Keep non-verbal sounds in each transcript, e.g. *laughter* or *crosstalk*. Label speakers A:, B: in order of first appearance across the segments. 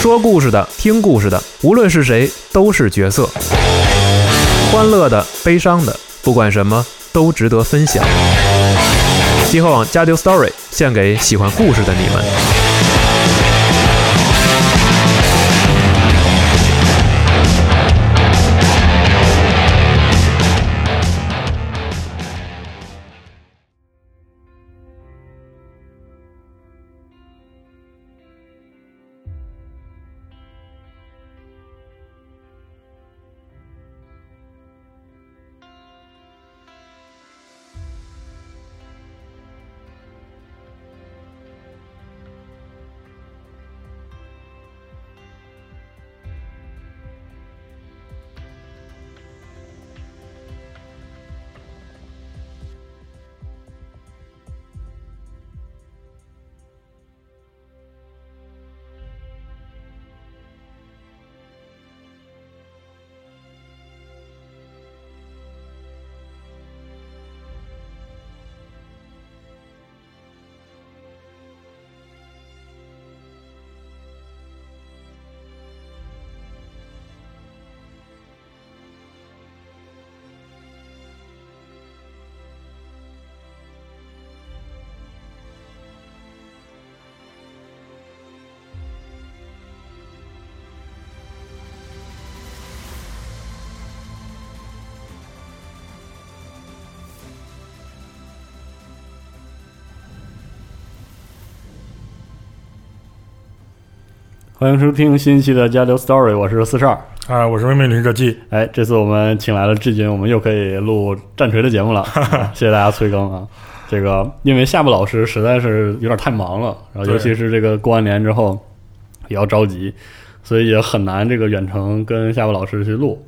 A: 说故事的、听故事的，无论是谁，都是角色。欢乐的、悲伤的，不管什么都值得分享。极客网加丢 Story 献给喜欢故事的你们。
B: 欢迎收听新一期的《加流 Story》，我是四十二。
C: 啊，我是微命零这季，
B: 哎，这次我们请来了志军，我们又可以录战锤的节目了，啊谢谢大家催更啊！这个因为夏布老师实在是有点太忙了，然后
C: 对
B: 尤其是这个过完年之后也要着急，所以也很难这个远程跟夏布老师去录。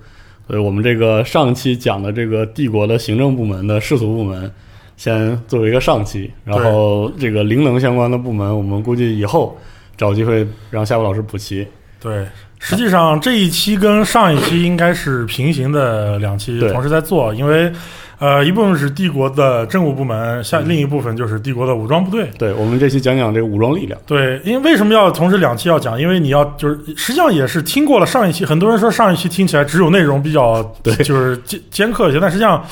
B: 所以我们这个上期讲的这个帝国的行政部门的世俗部门，先作为一个上期，然后这个灵能相关的部门，我们估计以后找机会让夏布老师补齐。
C: 对，实际上这一期跟上一期应该是平行的两期
B: 对
C: 同时在做，因为呃，一部分是帝国的政务部门，下另一部分就是帝国的武装部队。
B: 对我们这期讲讲这个武装力量。
C: 对，因为为什么要同时两期要讲？因为你要就是实际上也是听过了上一期，很多人说上一期听起来只有内容比较
B: 对
C: 就是尖尖刻一些，但实际上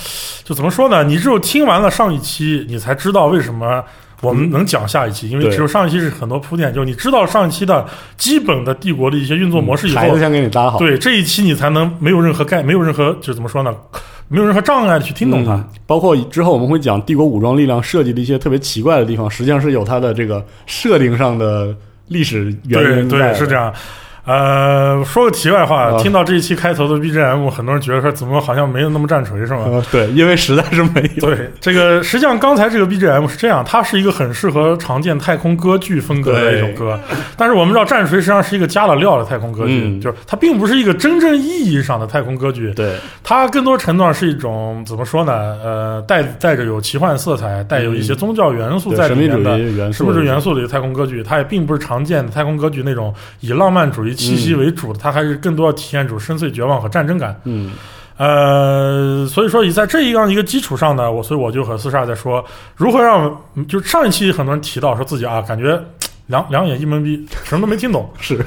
C: 就怎么说呢？你只有听完了上一期，你才知道为什么。我们能讲下一期，因为
B: 对
C: 只有上一期是很多铺垫，就是你知道上一期的基本的帝国的一些运作模式以后，
B: 孩子先给你搭好，
C: 对这一期你才能没有任何概，没有任何就是怎么说呢，没有任何障碍的去听懂它。
B: 嗯包括之后我们会讲帝国武装力量设计的一些特别奇怪的地方，实际上是有它的这个设定上的历史原
C: 对
B: 因在
C: 对，
B: 的
C: 是这。样。呃，说个题外话，
B: 啊
C: 听到这一期开头的 BGM，很多人觉得说怎么好像没有那么战锤是吗？
B: 呃，对，因为实在是没有。
C: 对，这个实际上刚才这个 BGM 是这样，它是一个很适合常见太空歌剧风格的一种歌，但是我们知道战锤实际上是一个加了料的太空歌剧，
B: 嗯
C: 就是它并不是一个真正意义上的太空歌剧，
B: 对
C: 它更多程度上是一种怎么说呢？呃，带带着有奇幻色彩，带有一些宗教元
B: 嗯
C: 素
B: 对，
C: 在
B: 神
C: 里
B: 秘
C: 面
B: 主
C: 的。
B: 义元
C: 是
B: 素
C: 不
B: 的
C: 是元素里的太空歌剧？它也并不是常见的太空歌剧那种以浪漫主义气息为主的，它还是更多要体现出深邃绝望和战争感。
B: 嗯，
C: 呃，所以说以在这样一个基础上呢，我所以我就和四十二在说，如何让嗯就上一期很多人提到说自己啊，感觉嘖两两眼一懵逼，什么都没听懂。
B: 是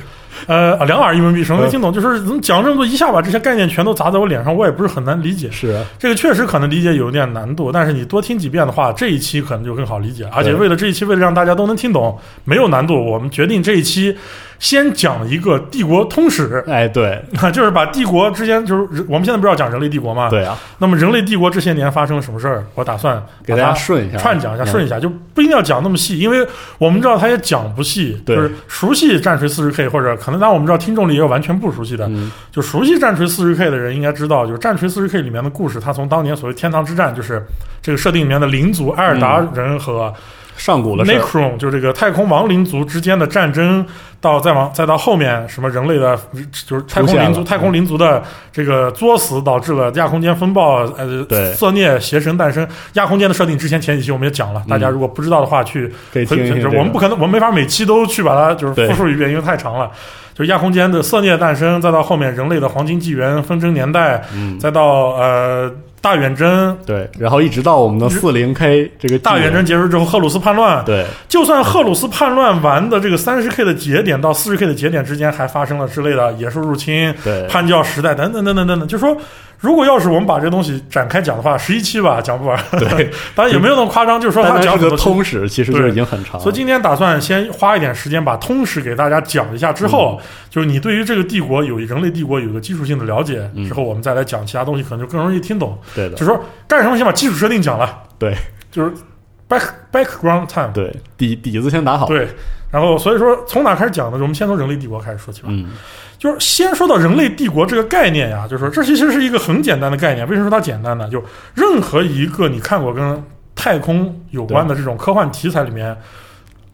C: 呃，啊两耳一懵逼，什么都没听懂，就是怎么讲这么多，一下把这些概念全都砸在我脸上，我也不是很难理解。
B: 是，
C: 这个确实可能理解有一点难度，但是你多听几遍的话，这一期可能就更好理解。而且为了这一期，为了让大家都能听懂，没有难度，我们决定这一期先讲一个帝国通史， *laughs*
B: 哎，对
C: 就是把帝国之间，就是人我们现在不是要讲人类帝国嘛？。
B: 对啊，
C: 那么人类帝国这些年发生了什么事儿？我打算
B: 给
C: 把
B: 大
C: 它
B: 家顺一下，
C: 串讲一下，
B: 嗯
C: 顺一下，就不一定要讲那么细，因为我们知道他也讲不细，
B: 对
C: 就是熟悉战锤四十 K 或者可能，当然我们知道听众里也有完全不熟悉的，
B: 嗯
C: 就熟悉战锤四十 K 的人应该知道，就是战锤四十 K 里面的故事，它从当年所谓天堂之战，就是这个设定里面的灵族埃尔达
B: 嗯
C: 人和
B: 上古的事儿
C: Necron，、就是这个太空亡灵族之间的战争，到再往再到后面什么人类的，就是太空
B: 出现
C: 灵族
B: 了
C: 太空灵族的这个作死，导致了亚空间风暴，呃
B: 对，
C: 色孽邪神诞生。亚空间的设定之前前几期我们也讲了，大家
B: 嗯
C: 如果不知道的话，去
B: 可以
C: 回
B: 听一听这
C: 就是
B: 个。
C: 我们不可能，我们没法每期都去把它就是
B: 对
C: 复述一遍，因为太长了。就亚空间的色孽诞生，再到后面人类的黄金纪元纷争年代，
B: 嗯，
C: 再到呃大远征，
B: 对，然后一直到我们的四零 K 这个
C: 大远征
B: 纪
C: 结束之后，赫鲁斯叛乱
B: 元，，对
C: 就算赫鲁斯叛乱完的这个三十 K 的节点到四十 K 的节点之间，还发生了之类的野兽入侵、
B: 对
C: 叛教时代等等等等等等。就说，如果要是我们把这东西展开讲的话，十一期吧讲不完， *laughs*
B: 对，
C: 当然也没有那么夸张，就是说他
B: 单单
C: 讲
B: 是
C: 很
B: 个
C: 多期。
B: 通史，其实就
C: 对
B: 已经很长了。
C: 所以今天打算先花一点时间把通史给大家讲一下，之后、
B: 嗯
C: 就是你对于这个帝国有人类帝国有个基础性的了解，
B: 嗯
C: 之后我们再来讲其他东西，可能就更容易听懂。
B: 对的
C: 就，说干什么先把基础设定讲了，
B: 对，
C: 就是 back background time，
B: 对底底子先打好。
C: 对然后所以说从哪开始讲呢？我们先从人类帝国开始说起吧。
B: 嗯，
C: 就是先说到人类帝国这个概念呀，就是说这其实是一个很简单的概念。为什么说它简单呢？就任何一个你看过跟太空有关的这种科幻题材里面。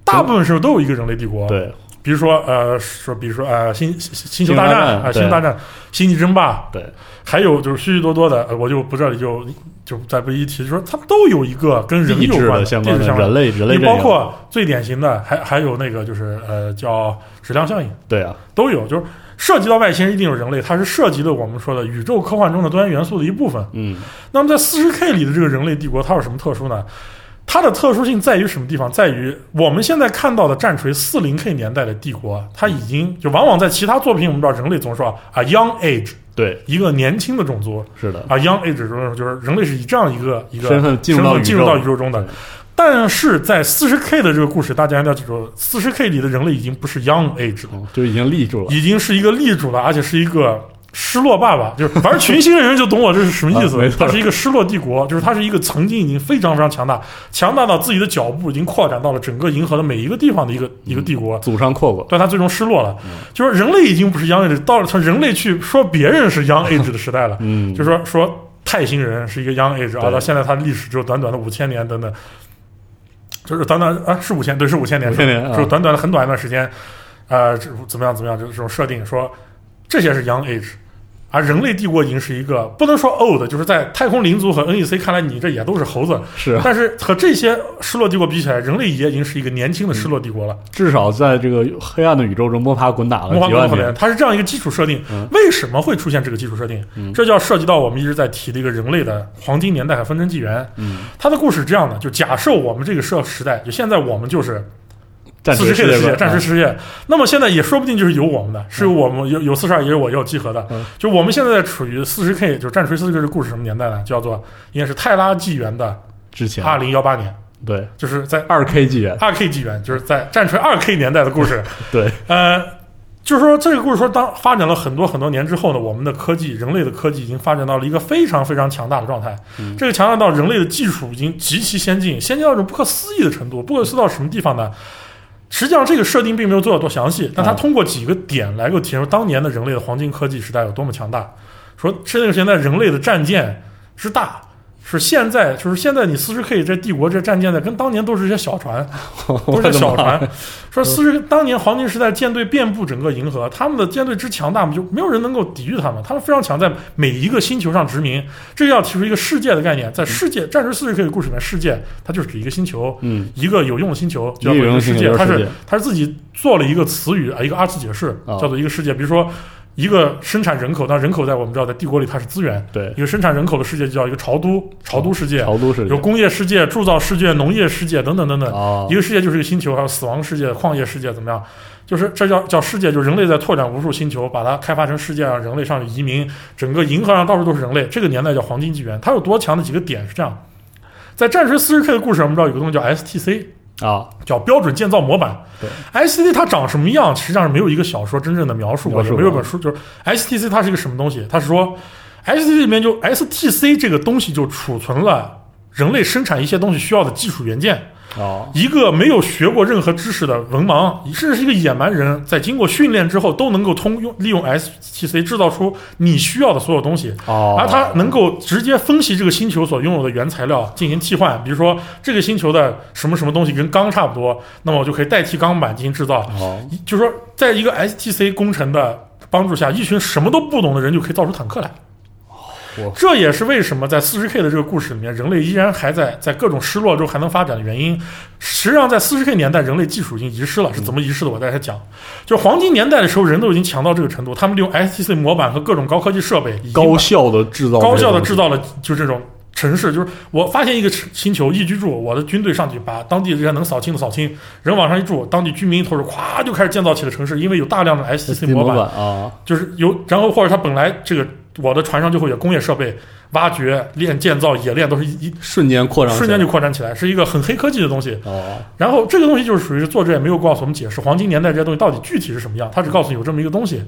C: 大部分时候都有一个人类帝国，，
B: 对
C: 比如说呃，说比如说呃，星星星球
B: 星球
C: 大
B: 大
C: 战
B: 战
C: 啊，
B: 对
C: 星球大战、星际争霸，
B: 对
C: 还有就是许许多多的，呃我就不这里就就再不一提，就说它都有一个跟人
B: 地
C: 有
B: 质
C: 关
B: 的
C: 的
B: 相
C: 地
B: 关
C: 质
B: 的
C: 相关
B: 人类人类
C: 你
B: 阵
C: 包
B: 营
C: 括最典型的，还还有那个就是呃叫质量效应
B: 对啊，
C: 都有，就是涉及到外星人一定有人类，它是涉及了我们说的宇宙科幻中的多元元素的一部分。
B: 嗯，
C: 那么在四十 K 里的这个人类帝国，它有什么特殊呢？它的特殊性在于什么地方？在于我们现在看到的战锤四零 K 年代的帝国，啊它已经就往往在其他作品我们知道人类总说啊 young age
B: 对，
C: 一个年轻的种族，
B: 是的，
C: 啊，Young Age 中就是人类是以这样一个一个
B: 身份进入到
C: 身份进入
B: 宇宙
C: 到宇宙中的
B: 对。
C: 但是在四十 K 的这个故事，大家一定要记住，四十 K 里的人类已经不是 Young Age 了，
B: 嗯就已经立住了。
C: 已经是一个立主了，而且是一个失落爸爸。就是玩群星的人就懂我这是什么意思
B: 啊没。错
C: 它是一个失落帝国，就是它是一个曾经已经非常非常强大，强大到自己的脚步已经扩展到了整个银河的每一个地方的一个一个帝国。
B: 祖上阔过，
C: 但他最终失落了，
B: 嗯
C: 就是人类已经不是 Young Age，到了从人类去说别人是 Young Age 的时代了。
B: 嗯，
C: 就说说泰星人是一个 young age 啊，
B: 对
C: 到现在它历史只有短短的五千年等等，就是短短啊是五千对是五千年，
B: 5000年啊
C: 是短短的很短一段时间，呃这怎么样怎么样这这种设定说这些是 young age。而人类帝国已经是一个不能说 old，就是在太空灵族和 NEC 看来，你这也都是猴
B: *laughs*
C: 子。
B: 是啊
C: 但是和这些失落帝国比起来，人类也已经是一个年轻的失落帝国了。
B: 至少在这个黑暗的宇宙中摸爬滚打了
C: 魔幻
B: 啊几
C: 共
B: 万
C: 和联，
B: 年。
C: 它是这样一个基础设定
B: 嗯。
C: 为什么会出现这个基础设定
B: 嗯？
C: 这就要涉及到我们一直在提的一个人类的黄金年代和纷争纪元。
B: 嗯，
C: 它的故事是这样的：就假设我们这个社时代，就现在我们就是
B: 战
C: 四十
B: 锤
C: K 的世界，战锤
B: 时
C: 世界。那么现在也说不定就是有我们的，是有我们有有四十二，也有我，也有集合的
B: 嗯。
C: 就我们现在处于四十 K，就是战锤四十 K 的故事什么年代呢？叫做应该是泰拉纪元的
B: 之前，
C: 二零幺八年，
B: 对
C: 就是在
B: 二 K 纪元，
C: 二 K 纪元，就是在战锤二 K 年代的故事。 *laughs*
B: 对
C: 呃，就是说这个故事说，当发展了很多很多年之后呢，我们的科技，人类的科技已经发展到了一个非常非常强大的状态。
B: 嗯
C: 这个强大到人类的技术已经极其先进，先进到一种不可思议的程度。不可思议到什么地方呢？实际上，这个设定并没有做到多详细，但它
B: 啊
C: 通过几个点来给我体现出当年的人类的黄金科技时代有多么强大。说这个时代人类的战舰之大，是现在就是现在你四十 K 这帝国这战舰呢，跟当年都是一些小船，都是小船。
B: *laughs*
C: 说四十当年黄金时代舰队遍布整个银河，他们的舰队之强大，就没有人能够抵御他们。他们非常强，在每一个星球上殖民。这个要提出一个世界的概念，在世界《战士四十 K》的故事里面，世界它就是指一个星球。
B: 嗯
C: 一个有用的星球叫
B: 一个有
C: 做一
B: 用
C: 个
B: 的
C: 世
B: 星
C: 界
B: 球，
C: 它
B: 就是世
C: 是
B: 界
C: 它是自己做了一个词语啊，一个二次解释，
B: 啊
C: 叫做一个世界。比如说，一个生产人口，但人口在我们知道在帝国里它是资源，
B: 对
C: 一，个生产人口的世界就叫一个朝都，朝都世界，
B: 朝都世界
C: 有工业世界、铸造世界、农业世界等等等等。
B: 啊
C: 一，个世界就是一个星球，还有死亡世界、矿业世界，怎么样？就是这叫叫世界，就是人类在拓展无数星球，把它开发成世界，让人类上去移民，整个银河上到处都是人类。这个年代叫黄金纪元，它有多强的几个点是这样。在战锤四十 K 的故事，我们知道有个东西叫 STC，
B: 啊，
C: 叫标准建造模板。
B: 对
C: STC 它长什么样，实际上是没有一个小说真正的描述过
B: 描
C: 的，
B: 述啊
C: 没
B: 过
C: 有一本书就是 STC 它是一个什么东西？它是说 STC 里面就 STC 这个东西就储存了人类生产一些东西需要的基础元件。
B: 哦，
C: 一个没有学过任何知识的文盲，甚至是一个野蛮人，在经过训练之后，都能够通用利用 STC 制造出你需要的所有东西。
B: 哦，
C: 而它能够直接分析这个星球所拥有的原材料进行替换，比如说这个星球的什么什么东西跟钢差不多，那么我就可以代替钢板进行制造。
B: 哦，
C: 一就是说，在一个 STC 工程的帮助下，一群什么都不懂的人就可以造出坦克来。
B: 我
C: 这也是为什么在四十 K 的这个故事里面，人类依然还在在各种失落之后还能发展的原因。实际上，在四十 K 年代，人类技术已经遗失了，是怎么遗失的？我待会讲。就是黄金年代的时候，人都已经强到这个程度，他们利用 STC 模板和各种高科技设备，已经把
B: 高效的制造，
C: 高效的制，造了就这种城市，就是我发现一个城星球一居住，我的军队上去把当地这些能扫清的扫清，人往上一住，当地居民一投入，咵就开始建造起了城市，因为有大量的 STC 模
B: 模
C: 板，
B: 板啊，
C: 就是有，然后或者他本来这个我的船上就会有工业设备，挖掘、炼、建造、冶炼都是一一
B: 瞬间扩张起来，
C: 瞬间就扩展起来，是一个很黑科技的东西。
B: 哦，
C: 然后这个东西就是属于是作者也没有告诉我们解释黄金年代这些东西到底具体是什么样，他只告诉你有这么一个东西。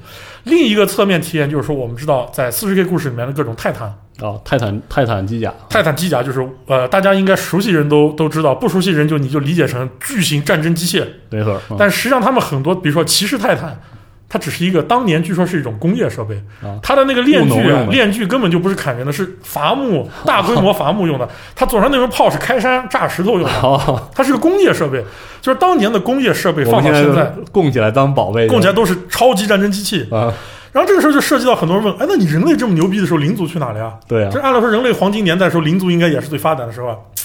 C: 另一个侧面体验就是说，我们知道在四十 K 故事里面的各种泰坦。
B: 哦，泰坦泰坦机甲，
C: 泰坦机甲就是呃，大家应该熟悉人都都知道，不熟悉人就你就理解成巨型战争机械。
B: 没错，嗯
C: 但实际上他们很多，比如说骑士泰坦，它只是一个当年据说是一种工业设备
B: 啊，
C: 它的那个链
B: 务农
C: 锯啊
B: 用，的
C: 链锯根本就不是砍人的，是伐木大规模伐木用的。它左上那种炮是开山炸石头用
B: *laughs*
C: 的，
B: 好，
C: 它是个工业设备，就是当年的工业设备
B: 我
C: 放
B: 们
C: 到
B: 现
C: 现在
B: 在。就供起来当宝贝，
C: 供起来都是超级战争机器，
B: 啊，
C: 然后这个时候就涉及到很多人问：哎，那你人类这么牛逼的时候，灵族去哪了呀？
B: 对啊
C: 这，按理说人类黄金年代的时候，灵族应该也是最发展的时候啊。
B: 这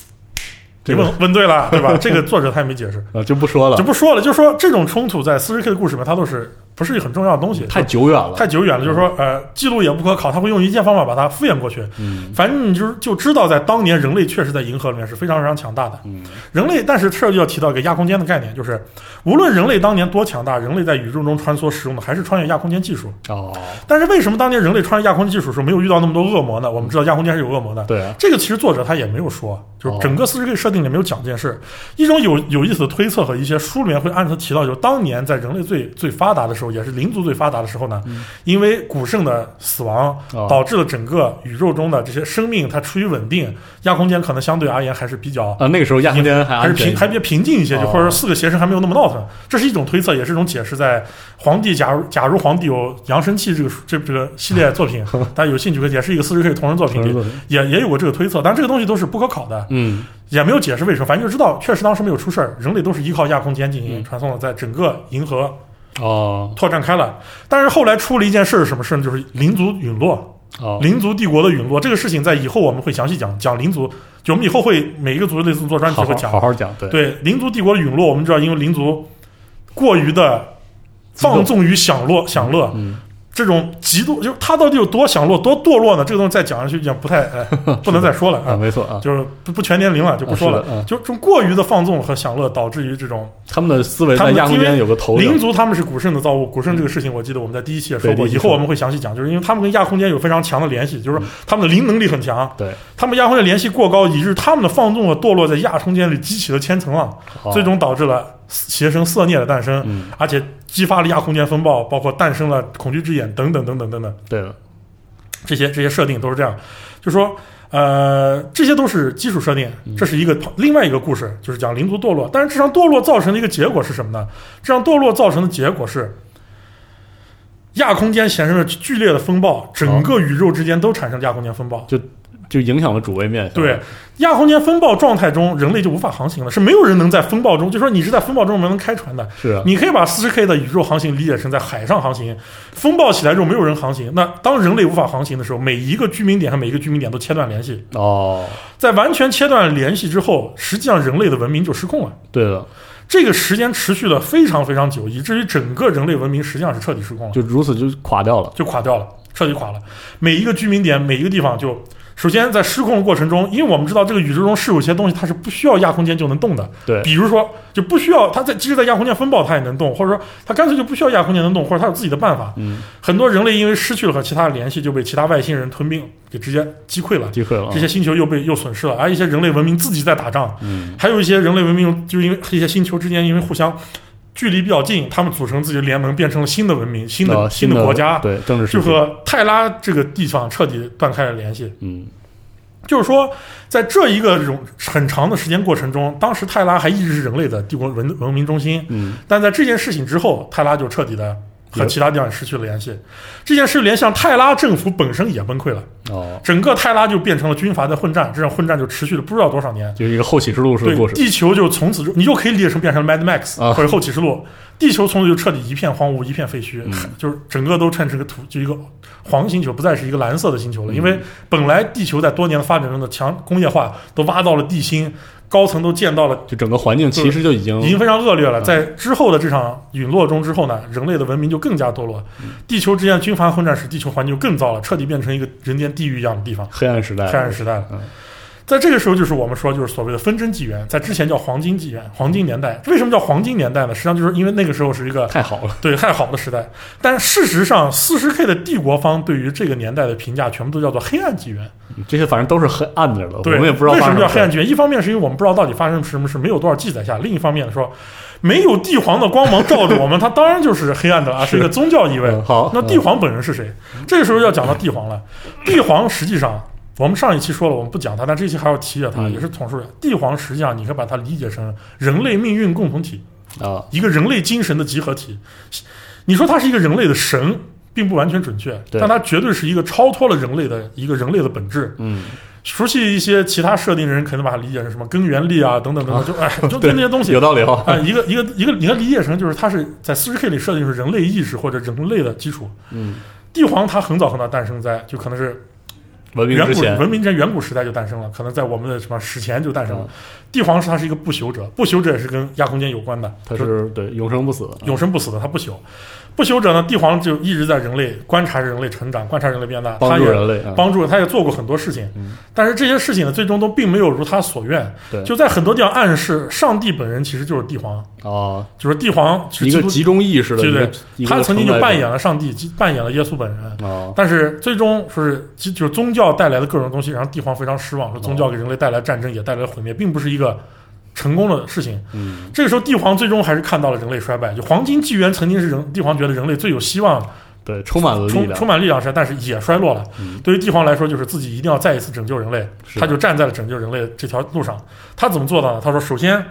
C: 你
B: 个
C: 问问对
B: *laughs*
C: 了，对吧？这个作者他也没解释，
B: 啊就不说了
C: 就，不说了。就说这种冲突在四十 K 的故事里面，它都是不是一个很重要的东西，
B: 太久远了，
C: 太久远了。就是说，呃，记录也不可考，他会用一件方法把它敷衍过去。
B: 嗯
C: 反正你就是就知道，在当年人类确实在银河里面是非常非常强大的。
B: 嗯，
C: 人类，但是这就要提到一个亚空间的概念，就是无论人类当年多强大，人类在宇宙中穿梭使用的还是穿越亚空间技术。
B: 哦，
C: 但是为什么当年人类穿越亚空间技术的时候没有遇到那么多恶魔呢？我们知道亚空间是有恶魔的，
B: 对啊，
C: 这个其实作者他也没有说，
B: 哦
C: 就是整个四十 K 设定里没有讲这件事。一种有有意思的推测和一些书里面会暗示提到，就是当年在人类最最发达的时候，也是灵族最发达的时候呢，因为古圣的死亡
B: 嗯哦
C: 导致了整个宇宙中的这些生命它处于稳定，亚空间可能相对而言还是比较。
B: 啊，那个时候亚空间还
C: 还是
B: 安全
C: 平
B: 一
C: 还
B: 些
C: 比较平静一些，就
B: 哦
C: 或者说四个邪神还没有那么闹腾，这是一种推测，也是一种解释。在皇帝假如假如皇帝有扬声器这个这这个系列作
B: *laughs*
C: 品，大家有兴趣可以，也是一个四十 K 同人作
B: 同
C: 品里
B: 人作品
C: 也也有过这个推测，但这个东西都是不可考的，
B: 嗯，
C: 也没有解释为什么，反正就知道确实当时没有出事儿，人类都是依靠亚空间进行
B: 嗯
C: 传送的，在整个银河
B: 哦
C: 拓展开了。但是后来出了一件事是什么事呢？就是灵族陨落，
B: 哦，
C: 灵族帝国的陨落这个事情，在以后我们会详细讲讲灵族，就我们以后会每一个族类似做专题
B: 好
C: 会
B: 好
C: 讲。
B: 好好讲，对，
C: 对灵族帝国的陨落，我们知道因为灵族过于的放纵于享乐享乐，
B: 嗯，
C: 这种极度就是他到底有多享乐多堕落呢？这个东西再讲下去讲不太
B: *laughs*
C: 哎，不能再说了啊
B: 啊，。没错啊，
C: 就是不不全年龄了，就不说了。
B: 啊是的嗯
C: 就这种过于的放纵和享乐，导致于这种
B: 他们的思维
C: 他
B: 在
C: 们
B: 亚空
C: 因
B: 间
C: 为
B: 有个头
C: 灵
B: 领，
C: 族，他们是古圣的造物。古圣这个事情，我记得我们在第一期也说
B: 对第
C: 过，
B: 一期嗯
C: 以后我们会详细讲，就是因为他们跟亚空间有非常强的联系，就是说他们的灵能力很强，
B: 对，
C: 他们亚空间联系过高，以致他们的放纵和堕落在亚空间里激起了千层浪，
B: 哦
C: 最终导致了邪神色孽的诞生，
B: 嗯，
C: 而且激发了亚空间风暴，包括诞生了恐惧之眼等等等等等等。
B: 对了，
C: 这些这些设定都是这样，就说呃，这些都是基础设定，这是一个另外一个故事，就是讲灵族堕落。但是这场堕落造成的一个结果是什么呢？这场堕落造成的结果是。亚空间产生了剧烈的风暴，整个宇宙之间都产生亚空间风暴。
B: 就影响了主位面，
C: 对，亚空间风暴状态中，人类就无法航行了，是没有人能在风暴中，就说你是在风暴中能开船的。
B: 是啊，
C: 你可以把 40K 的宇宙航行理解成在海上航行，风暴起来之后没有人航行。那当人类无法航行的时候，每一个居民点和每一个居民点都切断联系，
B: 哦，
C: 在完全切断联系之后，实际上人类的文明就失控了。
B: 对了，
C: 这个时间持续了非常非常久，以至于整个人类文明实际上是彻底失控了，
B: 就如此就垮掉了，
C: 就垮掉了，彻底垮了。每一个居民点，每一个地方就。首先，在失控的过程中，因为我们知道这个宇宙中是有些东西它是不需要亚空间就能动的，
B: 对，
C: 比如说，就不需要它在，即使在亚空间风暴，它也能动，或者说它干脆就不需要亚空间能动，或者它有自己的办法。
B: 嗯，
C: 很多人类因为失去了和其他的联系，就被其他外星人吞并，给直接击溃了。
B: 击溃了啊，啊
C: 这些星球又被又损失了，而一些人类文明自己在打仗，
B: 嗯，
C: 还有一些人类文明就因为一些星球之间因为互相距离比较近，他们组成自己的联盟，变成了新的文明、新的、
B: 啊
C: 新
B: 新
C: 的国家，
B: 对政治
C: 就
B: 世界，
C: 和泰拉这个地方彻底断开了联系。
B: 嗯，
C: 就是说，在这一个容很长的时间过程中，当时泰拉还一直是人类的帝国文文明中心，
B: 嗯，
C: 但在这件事情之后，泰拉就彻底的和其他地方失去了联系。这件事连向泰拉政府本身也崩溃了，
B: 哦，
C: 整个泰拉就变成了军阀的混战，这样混战就持续了不知道多少年。
B: 就是一个后启示录式的
C: 对
B: 故，事。
C: 地球就从此就你就可以理解成变成 Mad Max
B: 啊
C: 或者后启示录，地球从此就彻底一片荒芜，一片废墟，
B: 嗯
C: 就是整个都变成个土，就一个黄星球，不再是一个蓝色的星球
B: 嗯
C: 了。因为本来地球在多年的发展中的强工业化，都挖到了地心，高层都建到了。
B: 就整个环境其实就已经
C: 已经非常恶劣了。
B: 嗯
C: 在之后的这场陨落中之后呢，人类的文明就更加堕落。
B: 嗯
C: 地球之间的军阀混战使地球环境就更糟了，彻底变成一个人间地狱一样的地方，
B: 黑暗时代了，
C: 黑暗时代了
B: 嗯。
C: 啊在这个时候，就是我们说，就是所谓的纷争纪元，在之前叫黄金纪元、黄金年代。为什么叫黄金年代呢？实际上就是因为那个时候是一个
B: 太好了，
C: 对太好的时代。但事实上，四十 K 的帝国方对于这个年代的评价，全部都叫做黑暗纪元。
B: 这些反正都是黑暗着的，我
C: 对，
B: 们也不知道
C: 为
B: 发
C: 什
B: 生
C: 么叫黑暗
B: 事
C: 纪元。一方面是因为我们不知道到底发生什么事，没有多少记载下；另一方面说，没有帝皇的光芒照着我们，它当然就是黑暗的啊，是一个宗教意味。
B: 嗯好
C: 那帝皇本人是谁？这个时候要讲到帝皇了。
B: 嗯
C: 帝皇实际上，我们上一期说了，我们不讲他，但这一期还要提一下他，
B: 嗯
C: 也是统述的。帝皇实际上，你可以把它理解成人类命运共同体，
B: 啊，
C: 一个人类精神的集合体。你说他是一个人类的神，并不完全准确，
B: 对
C: 但他绝对是一个超脱了人类的一个人类的本质。
B: 嗯，
C: 熟悉一些其他设定的人，可能把它理解成什么根源力啊，等等等等，就哎，
B: *laughs*
C: 就就
B: 对
C: 那些东西
B: 有道理哦哈，
C: 啊，一个一个一个，你要理解成就是它是在四十 K 里设定是人类意识或者人类的基础。
B: 嗯，
C: 帝皇它很早很早诞生在，就可能是
B: *laughs* 文明
C: 远
B: 之
C: 古
B: 前
C: 文明在远古时代就诞生了，可能在我们的什么史前就诞生了
B: 嗯。
C: 帝皇是它是一个不朽者，不朽者也是跟亚空间有关的，
B: 它
C: 就是
B: 对永生不死，
C: 永生不死的，它不朽。不朽者呢，帝皇就一直在人类观察人类成长，观察人类变大，他
B: 帮助
C: 也
B: 人类，啊
C: 帮助他也做过很多事情，但是这些事情呢，最终都并没有如他所愿。
B: 对
C: 就在很多地方暗示，上帝本人其实就是帝皇，
B: 啊，
C: 就是帝皇是
B: 一
C: 基
B: 个
C: 督
B: 集中意识的
C: 对
B: 一个
C: 对，
B: 一个
C: 他曾经
B: 承
C: 就
B: 载
C: 扮
B: 者
C: 演了上帝，即扮演了耶稣本人。
B: 啊，
C: 但是最终说是基就是宗教带来的各种东西，让帝皇非常失望，说宗教给人类带来战争，也带来了毁灭，并不是一个成功的事情。
B: 嗯，
C: 这个时候，帝皇最终还是看到了人类衰败。就黄金纪元曾经是人帝皇觉得人类最有希望
B: 对，充满了力
C: 充
B: 量，
C: 充满力量是，但是也衰落了。
B: 嗯
C: 对于帝皇来说，就是自己一定要再一次拯救人类，
B: 是
C: 他就站在了拯救人类这条路上。他怎么做到呢？他说，首先，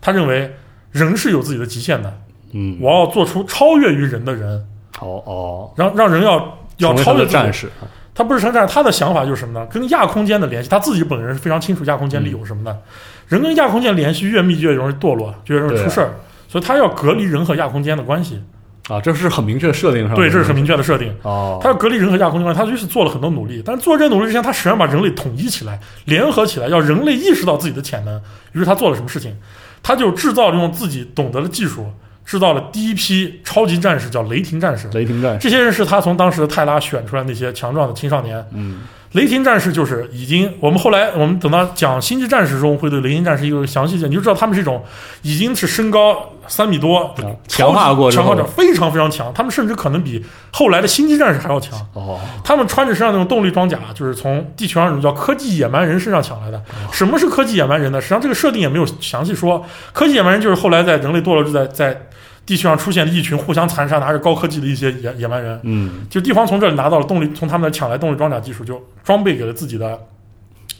C: 他认为人是有自己的极限的，
B: 嗯，
C: 我要做出超越于人的人，
B: 哦哦，
C: 让让人要要
B: 成为
C: 超
B: 他
C: 越
B: 的
C: 自己
B: 战。士，
C: 他不是成战，他的想法就是什么呢？跟亚空间的联系，他自己本人是非常清楚亚空间
B: 嗯
C: 里有什么的。人跟亚空间联系越密，越容易堕落，就越容易
B: 对啊
C: 出事儿。所以他要隔离人和亚空间的关系，
B: 啊，这是很明确设定上的，
C: 对，这是很明确的设定。
B: 哦，
C: 他要隔离人和亚空间关系，他就是做了很多努力，但是做这些努力之前，他首先把人类统一起来，联合起来，要人类意识到自己的潜能。于是他做了什么事情？他就制造了用自己懂得的技术，制造了第一批超级战士，叫雷霆战士。
B: 雷霆战士，
C: 这些人是他从当时的泰拉选出来那些强壮的青少年。
B: 嗯，
C: 雷霆战士就是已经，我们后来我们等到讲星际战士中会对雷霆战士一个详细讲，你就知道他们是一种已经是身高三米多
B: 啊，强化过之
C: 强
B: 后
C: 化者非常非常强，他们甚至可能比后来的星际战士还要强。
B: 哦，
C: 他们穿着身上那种动力装甲，就是从地球上那种叫科技野蛮人身上抢来的。
B: 嗯
C: 什么是科技野蛮人呢？实际上这个设定也没有详细说。科技野蛮人就是后来在人类堕落之在在地球上出现的一群互相残杀、拿着高科技的一些野野蛮人。
B: 嗯，
C: 就帝皇从这里拿到了动力，从他们那抢来动力装甲技术，就装备给了自己的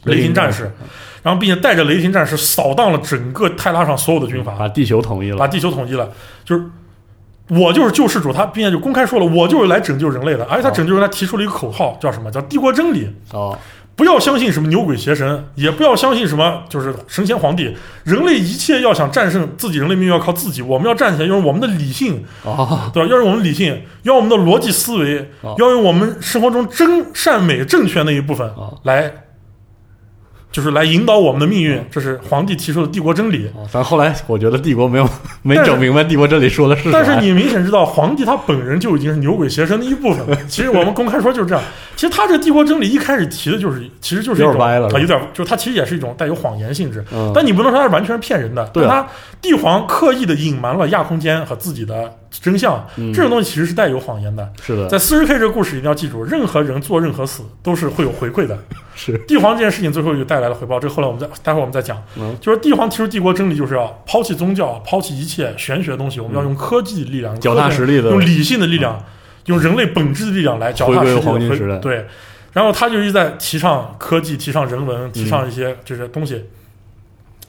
C: 雷霆战士， *laughs* 然后并且带着雷霆战士扫荡了整个泰拉上所有的军阀。
B: 把地球统一
C: 把
B: 了，
C: 地球统一了，就是我就是救世主，他并且就公开说了，我就是来拯救人类的。而且他
B: 哦
C: 拯救人，他提出了一个口号，叫什么？叫帝国真理。
B: 哦，
C: 不要相信什么牛鬼邪神，也不要相信什么就是神仙皇帝。人类一切要想战胜自己，人类命运要靠自己。我们要站起来，用我们的理性，
B: 哦，
C: 对吧？要用我们理性，要用我们的逻辑思维
B: 哦，
C: 要用我们生活中真善美正确那一部分
B: 哦
C: 来，就是来引导我们的命
B: 啊
C: 运。这是皇帝提出的帝国真理。
B: 哦但后来我觉得帝国没有没
C: 但是
B: 整明白帝国这里说的是啥，啊
C: 但是你明显知道，皇帝他本人就已经是牛鬼邪神的一部分了。其实我们公开说就是这样。其实他这帝国真理一开始提的就是，其实就是一
B: 有
C: 种
B: 点歪了
C: 啊，有点就是他其实也是一种带有谎言性质。
B: 嗯
C: 但你不能说他是完全是骗人的。
B: 对啊
C: 但他帝皇刻意的隐瞒了亚空间和自己的真相，
B: 嗯
C: 这种东西其实是带有谎言的。
B: 是的，
C: 在四十 K 这个故事一定要记住，任何人做任何死都是会有回馈的。
B: *laughs* 是，
C: 帝皇这件事情最后又带来了回报，这个后来我们再待会儿我们再讲。
B: 嗯
C: 就是帝皇提出帝国真理，就是要抛弃宗教，抛弃一切玄学的东西，我们要用科技力量、用
B: 嗯脚踏实地的
C: 用理性的力量、用人类本质的力量来脚踏实地
B: 回
C: 地
B: 归黄金
C: 回
B: 时代
C: 对，然后他就一直在提倡科技、提倡人文、提倡一些这些东西，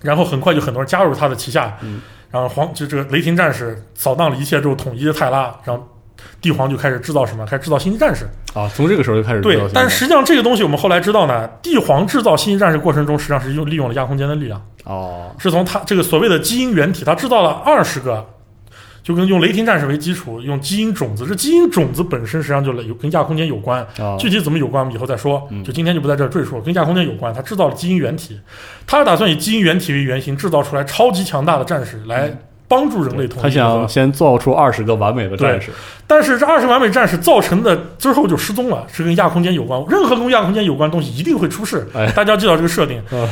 C: 然后很快就很多人加入他的旗下，
B: 嗯
C: 然后黄就这个雷霆战士扫荡了一切之后，统一了泰拉，然后帝皇就开始制造什么？开始制造星际战士。
B: 啊，从这个时候就开始知
C: 对
B: 道，
C: 但
B: 现
C: 实际上这个东西我们后来知道呢，帝皇制造星际战士过程中，实际上是用利用了亚空间的力量，
B: 在哦
C: 是从他这个所谓的基因原体，他制造了二十个，就跟用雷霆战士为基础，用基因种子，这基因种子本身实际上就有跟亚空间有关，
B: 哦
C: 具体怎么有关，我们以后再说
B: 嗯，
C: 就今天就不在这儿赘述了。跟亚空间有关，他制造了基因原体，他打算以基因原体为原型，制造出来超级强大的战士来帮助人类统
B: 嗯
C: 一。
B: 他想先造出二十个完美的战士，
C: 但是这二十完美战士造成的之后就失踪了，是跟亚空间有关。任何跟亚空间有关的东西一定会出事，
B: 哎
C: 大家要记到这个设定。
B: 嗯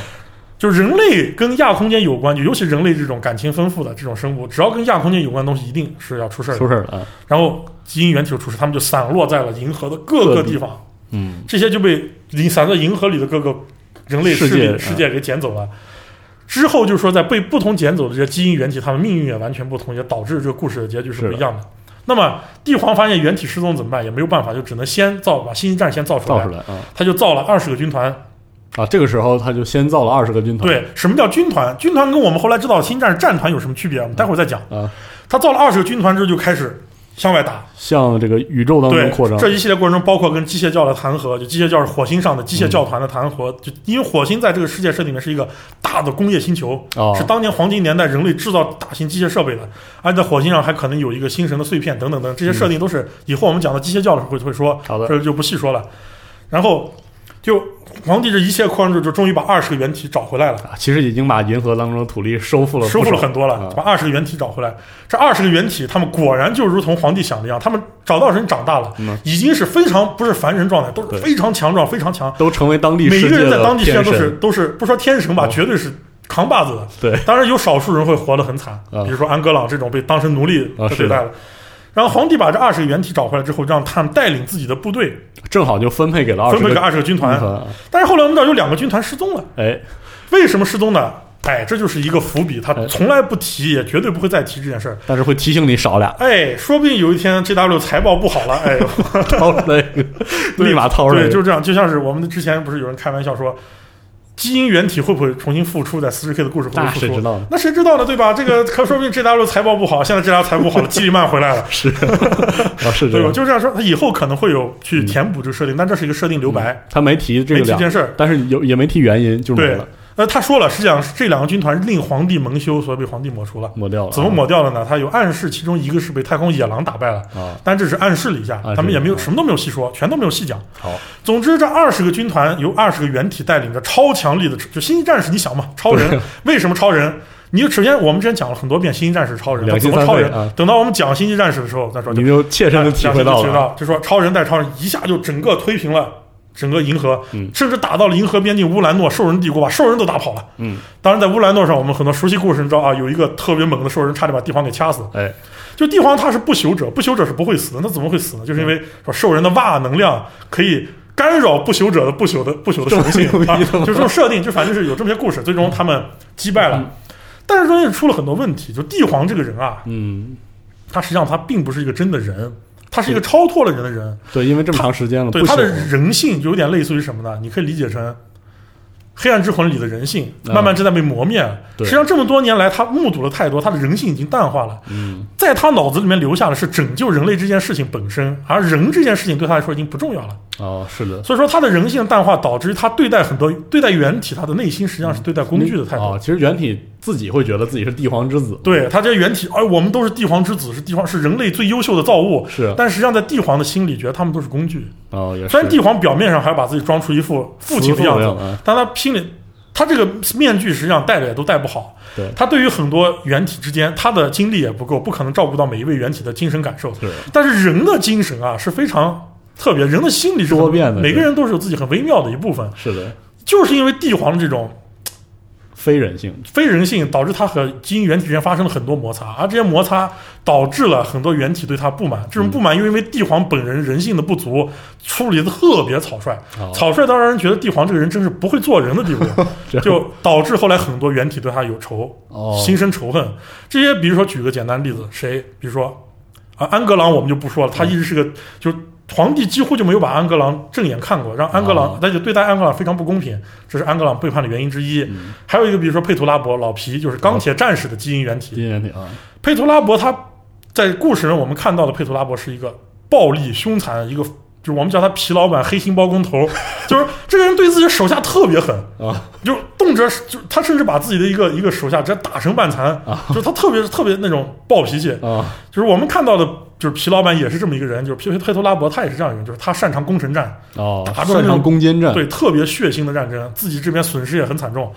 C: 就人类跟亚空间有关，就尤其人类这种感情丰富的这种生物，只要跟亚空间有关的东西，一定是要出事儿的。
B: 出事儿了，
C: 然后基因原体就出事，他们就散落在了银河的各个地方，
B: 嗯，
C: 这些就被银散在银河里的各个人类势力
B: 世界
C: 世界给捡走了。之后就说，在被不同捡走的这些基因原体，它们命运也完全不同，也导致这个故事的结局是不一样的。那么帝皇发现原体失踪怎么办？也没有办法，就只能先造把星际战士先造出来。
B: 造出来啊
C: 他就造了二十个军团。
B: 啊！这个时候他就先造了二十个军团，
C: 对，什么叫军团？军团跟我们后来知道的星际战士战团有什么区别？我们待会儿再讲。
B: 啊，
C: 他造了二十个军团之后，就开始向外打。
B: 向这个宇宙当中
C: 对
B: 扩张，，
C: 这一系列过程中，包括跟机械教的弹劾，就机械教是火星上的机械教团的弹劾，就因为火星在这个世界设定里面是一个大的工业星球，
B: 哦
C: 是当年黄金年代人类制造大型机械设备的，而且在火星上还可能有一个星神的碎片等等等，这些设定都
B: 嗯
C: 是以后我们讲到机械教的时候会会说，
B: 好的
C: 这就不细说了。然后就皇帝这一切扩张之后，就终于把二十个原体找回来了。
B: 啊其实已经把银河当中的土地收复了不少，
C: 收复了很多了
B: 啊，
C: 把二十个原体找回来。这二十个原体，他们果然就如同皇帝想的一样，他们找到人长大了
B: 嗯，
C: 已经是非常不是凡人状态，都是
B: 对
C: 非常强壮、非常强。
B: 都成为当地
C: 每一
B: 世
C: 个
B: 界
C: 人
B: 的
C: 在当地实际上
B: 天
C: 都是
B: 神，
C: 都是不说天神吧，
B: 嗯
C: 绝对是扛把子的。
B: 对，
C: 当然有少数人会活得很惨，
B: 嗯
C: 比如说安格朗这种被当成奴隶
B: 啊
C: 的对待了。然后皇帝把这二十个原体找回来之后，让他们带领自己的部队
B: 正好就分配给了二
C: 分
B: 十
C: 配
B: 个
C: 给二十个军
B: 军
C: 团。
B: 团，
C: 但是后来我们知道有两个军团失踪了，
B: 哎，
C: 为什么失踪呢？哎，这就是一个伏笔，他从来不提，也绝对不会再提这件事儿。，
B: 但是会提醒你少俩
C: 哎，说不定有一天 GW 财报不好了，
B: *laughs*
C: 哎，
B: 掏出来，立马掏出来，
C: *laughs* 对，就这样，就像是我们之前不是有人开玩笑说，基因原体会不会重新复出，在四十 K 的故事会不
B: 那
C: 会复
B: 谁知
C: 出？
B: 道呢？
C: 那谁知道呢，对吧？这个 *laughs* 可说不定 GW 财报不好，现在 GW 财报不好了，基里曼回来了，
B: *laughs* 是啊，是这
C: 对吧？
B: 样，
C: 就这样说，他以后可能会有去填补这个设定，但这是一个设定留白，
B: 他没提这
C: 没
B: 个
C: 提这
B: 两，
C: 件事儿。
B: 但是有也没提原因，就没
C: 对
B: 了，，
C: 呃，他说了，实际上是这两个军团令皇帝蒙羞，所以被皇帝抹除了。
B: 抹掉了，
C: 怎么抹掉了呢？他有暗示，其中一个是被太空野狼打败了，
B: 啊？
C: 但这只是暗示了一下
B: 啊，
C: 他们也没有
B: 这个
C: 什么都没有细说，全都没有细讲。
B: 好，
C: 总之，这二十个军团由二十个原体带领着超强力的，就星际战士，你想嘛，超人
B: 对
C: 为什么超人？你就首先我们之前讲了很多遍，星际战士超人
B: 良心
C: 怎么
B: 三
C: 超
B: 倍
C: 人
B: 啊。
C: 等到我们讲星际战士的时候再说，就
B: 你就切身的体会到
C: 了，
B: 了，
C: 到就说超人带超人一下就整个推平了。整个银河，
B: 嗯
C: 甚至打到了银河边境乌兰诺兽人帝国，把兽人都打跑了。
B: 嗯，
C: 当然在乌兰诺上，我们很多熟悉故事，你知道啊，有一个特别猛的兽人，差点把帝皇给掐死。
B: 哎，
C: 就帝皇他是不朽者，不朽者是不会死的，那怎么会死呢？就是因
B: 嗯
C: 为说兽人的袜能量可以干扰不朽者的不朽的不朽的属性
B: 这么牛逼
C: 啊，
B: 的吗
C: 就这种设定，就反正是有这么些故事，最终他们击败了。但是中间出了很多问题，就帝皇这个人啊，
B: 嗯，
C: 他实际上他并不是一个真的人，他是一个超脱了人的人，
B: 对，因为这么长时间了，
C: 对
B: 不
C: 他的
B: 朽
C: 人性有点类似于什么呢？你可以理解成。黑暗之魂里的人性
B: 啊
C: 慢慢正在被磨灭，
B: 对
C: 实际上这么多年来，他目睹了太多，他的人性已经淡化了。
B: 嗯，
C: 在他脑子里面留下的是拯救人类这件事情本身，而人这件事情对他来说已经不重要了。
B: 哦，是的，
C: 所以说，他的人性淡化导致他对待很多对待原体，他的内心实际上是对待工具的态
B: 啊，
C: 度。
B: 其实原体自己会觉得自己是帝皇之子，
C: 对他这些原体，哎，我们都是帝皇之子，是帝皇是人类最优秀的造物。
B: 是
C: 但实际上，在帝皇的心里，觉得他们都是工具。
B: 哦，也是，
C: 虽然帝皇表面上还要把自己装出一副父亲的
B: 慈
C: 样
B: 父的
C: 子
B: 样子，
C: 但他心里，他这个面具实际上戴的也都戴不好。
B: 对
C: 他对于很多原体之间，他的精力也不够，不可能照顾到每一位原体的精神感受。
B: 是
C: 但是人的精神啊是非常特别，人的心理是很
B: 多变的
C: 每个人都是有自己很微妙的一部分。
B: 嗯是的，
C: 就是因为帝皇的这种
B: 非人性，
C: 非人性，导致他和基因原体之间发生了很多摩擦，而这些摩擦导致了很多原体对他不满。
B: 嗯
C: 这种不满又因为帝皇本人人性的不足，处理的特别草率，
B: 哦
C: 草率到让人觉得帝皇这个人真是不会做人的地步。
B: *laughs* 这
C: 就导致后来很多原体对他有仇，
B: 哦
C: 心生仇恨。这些比如说举个简单例子，谁？比如说啊，安格朗我们就不说了，他一直是个就。皇帝几乎就没有把安格朗正眼看过，让安格朗
B: 哦，
C: 那就对待安格朗非常不公平，这是安格朗背叛的原因之一。
B: 嗯
C: 还
B: 哦
C: 有一个，比如说佩图拉伯老皮，就是钢铁战士的基因原体。
B: 基因原体啊，
C: 佩图拉伯他在故事中我们看到的佩图拉伯是一个暴力、凶残，一个就是我们叫他皮老板、黑心包工头， *laughs* 就是这个人对自己的手下特别狠，
B: 啊
C: 就是动辄就是他甚至把自己的一个一个手下直接打成半残，就是他特别特别那种暴脾气，
B: 啊
C: 就是我们看到的，就是皮老板也是这么一个人，就是皮佩托拉伯他也是这样一个人，就是他擅长攻城战，
B: 哦
C: 打，中
B: 擅
C: 那
B: 长
C: 种
B: 攻坚战，
C: 对，特别血腥的战争，自己这边损失也很惨重。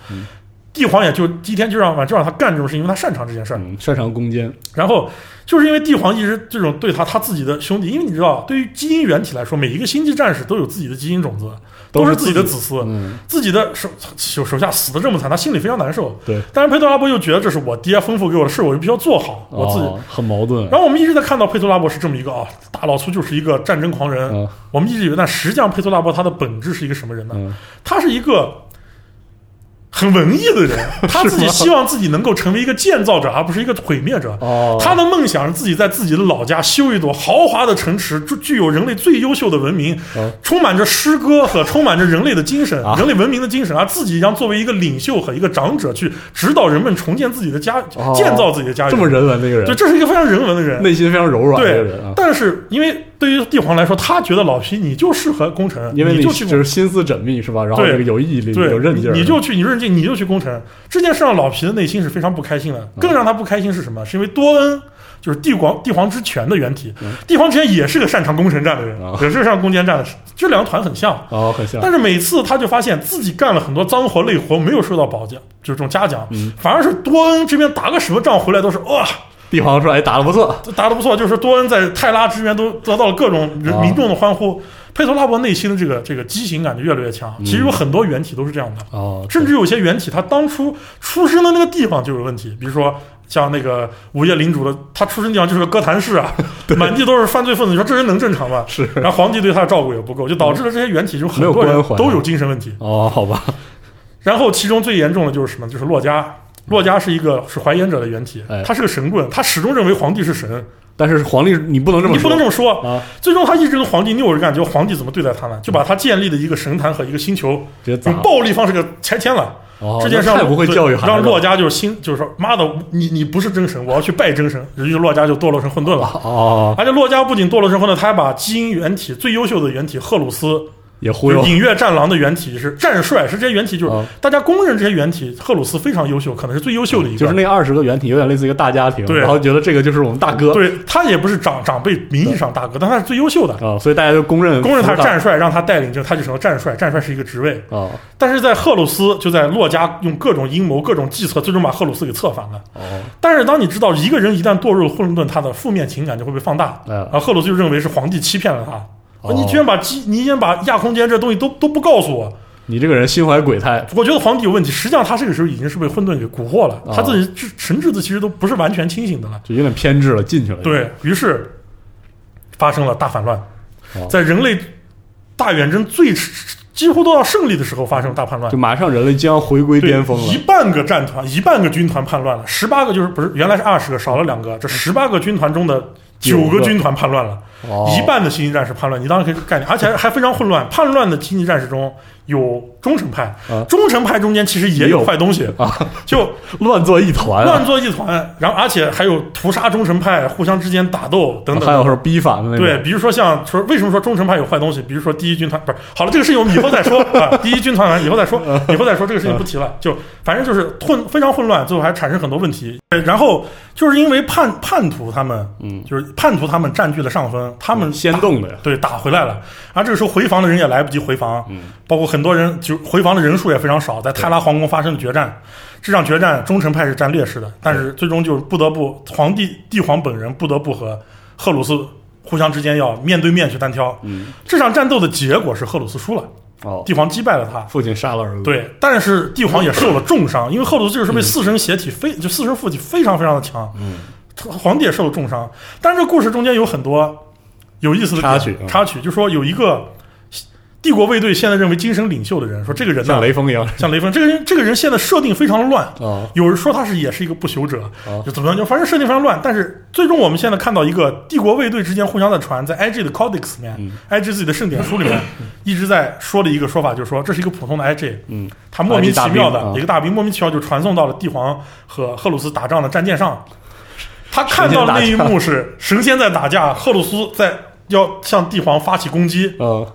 C: 帝皇也就第一天就让就让他干这种事，因为他擅长这件事儿。
B: 嗯，擅长攻坚，
C: 然后就是因为帝皇一直这种对他他自己的兄弟，因为你知道，对于基因原体来说，每一个星际战士都有自己的基因种子，都
B: 都
C: 是
B: 是
C: 自己的子嗣，
B: 嗯，
C: 自己的手手手下死的这么惨，他心里非常难受。
B: 对，
C: 但是佩托拉伯又觉得这是我爹吩咐给我的事，我就必须要做好，我自己。
B: 哦很矛盾，
C: 然后我们一直在看到佩托拉伯是这么一个啊，大老粗就是一个战争狂人。
B: 嗯
C: 我们一直以为，但实际上佩托拉伯他的本质是一个什么人呢？
B: 嗯
C: 他是一个很文艺的人，他
B: *laughs*
C: 自己希望自己能够成为一个建造者，而不是一个毁灭者。 *laughs*
B: 哦，
C: 他的梦想是自己在自己的老家修一座豪华的城池，具具有人类最优秀的文明，
B: 哦
C: 充满着诗歌和充满着人类的精神、
B: 啊
C: 人类文明的精神，而自己将作为一个领袖和一个长者去指导人们重建自己的家，
B: 哦
C: 建造自己的家园。
B: 这么人文的一个人，
C: 对，这是一个非常人文的人。
B: 内心非常柔软的一个
C: 对
B: 人啊，，
C: 但是因为对于帝皇来说，他觉得老皮你就适合工程，
B: 因为
C: 你
B: 你
C: 就去
B: 就是心思缜密是吧？然后
C: 对
B: 这个有毅力，
C: 对，
B: 有韧劲儿，啊
C: 你你就去，你认劲，你就去攻城。这件事让老皮的内心是非常不开心的。
B: 嗯
C: 更让他不开心是什么？是因为多恩就是帝皇帝皇之权的原体，
B: 嗯
C: 帝皇之权也是个擅长攻城战的人
B: 啊，
C: 也是个擅长攻坚战的人，这两个团很像。
B: 哦，很像
C: 但，是每次他就发现自己干了很多脏活累活，没有受到褒奖，就是这种嘉奖，
B: 嗯
C: 反而是多恩这边打个什么仗回来都是哇，
B: 帝皇说哎打得不错，
C: 打得不错，就是多恩在泰拉之源都得到了各种人
B: 啊
C: 民众的欢呼。佩托拉伯内心的这个这个畸形感就越来越强。其
B: 嗯
C: 实有很多原体都是这样的，
B: 哦，
C: 甚至有些原体它当初出生的那个地方就有问题，比如说像那个午夜领主的，他出生地方就是个哥谭市
B: *laughs*
C: 啊，满地都是犯罪分子，你说这人能正常吗？
B: 是
C: 然后皇帝对他的照顾也不够，就导致了这些原体就很
B: 没有
C: 多人
B: 关怀
C: 都有精神问题。
B: 哦，好吧，
C: 然后其中最严重的就是什么？就是洛迦。洛迦是一个是怀炎者的原体
B: 嗯哎，
C: 他是个神棍，他始终认为皇帝是神，
B: 但是皇帝你不 *laughs* 能这么
C: 你
B: 说，
C: 不能这么说。
B: 啊，
C: 最终他一直跟皇帝拗着干，就皇帝怎么对待他呢？就把他建立的一个神坛和一个星球
B: 直接
C: 用
B: 砸，
C: 暴力方式给拆迁了。
B: 哦，
C: 这件事
B: 那
C: 让
B: 太不会
C: 对
B: 教育孩子了，
C: 让洛家就是心就是说，妈的，你你不是真神，我要去拜真神，于是洛家就堕落成混沌
B: *laughs*
C: 了。
B: 哦，
C: 而且洛家不仅堕落成混沌，他还把基因原体最优秀的原体赫鲁斯，
B: 也忽
C: 就
B: 悠
C: 是，影月战狼的原体是战帅，是这些原体就是
B: 啊
C: 大家公认这些原体，赫鲁斯非常优秀，可能是最优秀的一个。
B: 嗯就是那二十个原体有点类似一个大家庭，
C: 对
B: 然后觉得这个就是我们大哥，
C: 对他也不是长长辈名义上大哥，但他是最优秀的，
B: 啊，所以大家就公认
C: 公认他
B: 是
C: 是
B: 大
C: 战帅，让他带领着他就成了战帅，战帅是一个职位。
B: 哦
C: 但是在赫鲁斯就在洛家用各种阴谋、各种计策，最终把赫鲁斯给策反了。
B: 哦，
C: 但是当你知道一个人一旦堕入混沌，他的负面情感就会被放大。
B: 哎
C: 然后赫鲁斯就认为是皇帝欺骗了他，啊
B: 哦
C: 你居然把基，你居然把亚空间这东西都都不告诉我，
B: 你这个人心怀鬼胎，
C: 我觉得皇帝有问题。实际上他这个时候已经是被混沌给蛊惑了，
B: 哦
C: 他自己智神智子其实都不是完全清醒的了。
B: 就有点偏执了，进去了，
C: 对于是发生了大反乱
B: 哦，
C: 在人类大远征最几乎都要胜利的时候发生大叛乱
B: 就。马上人类将回归
C: 对
B: 巅峰
C: 一
B: 了，
C: 半个战团，一半个军团叛乱了，十八个就是不是原来是二十个，少了两
B: 嗯
C: 个，这十八个军团中的九
B: 九个
C: 个军团叛乱了，
B: 哦，
C: 一半的星际战士叛乱，你当然可以概念，而且还还非常混乱。叛乱的星际战士中有忠诚派
B: 啊，
C: 忠诚派中间其实也有坏东西，
B: 啊，
C: 就
B: 乱作一团啊
C: 乱。作一团，然后而且还有屠杀忠诚派，互相之间打斗等等。
B: 还有是逼反的那种，
C: 对，比如说像说为什么说忠诚派有坏东西？比如说第一军团不是好了，这个事情我们以后再说啊，第一军团完以后
B: *laughs*
C: 再说，以后再说这个事情不提了，就反正就是混非常混乱，最后还产生很多问题。呃然后就是因为叛叛徒他们，
B: 嗯
C: 就是叛徒他们占据了上风，他们
B: 先
C: 打
B: 动的呀，
C: 对打回来了，而这个时候回防的人也来不及回防，
B: 嗯
C: 包括很多人就回防的人数也非常少，在泰拉皇宫发生的决战，这场决战忠诚派是占劣势的，但是最终就是不得不皇帝帝皇本人不得不和赫鲁斯互相之间要面对面去单挑。
B: 嗯，
C: 这场战斗的结果是赫鲁斯输了，
B: 哦
C: 帝，皇击败了他。
B: 父亲杀了儿子，，
C: 对，但是帝皇也受了重伤，因为赫鲁斯这个时候被四神邪体非、就四神附体非常非常的强，
B: 嗯，
C: 皇帝也受了重伤。但是这故事中间有很多有意思的点
B: 插曲嗯
C: 插曲就说有一个帝国卫队现在认为精神领袖的人，说这个人呢
B: 像雷锋一样，
C: 像雷锋，这个人这个人现在设定非常乱。
B: 哦
C: 有人说他是也是一个不朽者
B: 哦，
C: 就怎么样，就反正设定非常乱。但是最终我们现在看到一个帝国卫队之间互相的传，在 IG 的 Codex 里面、i
B: 嗯
C: g 自己的圣典书里面一直在说的一个说法，就是说这是一个普通的 IG，
B: 嗯，
C: 他莫名其妙
B: 大兵啊
C: 的一个大兵莫名其妙就传送到了帝皇和赫鲁斯打仗的战舰上。他看到那一幕是神仙在打架，赫鲁斯在要向帝皇发起攻击，
B: 嗯，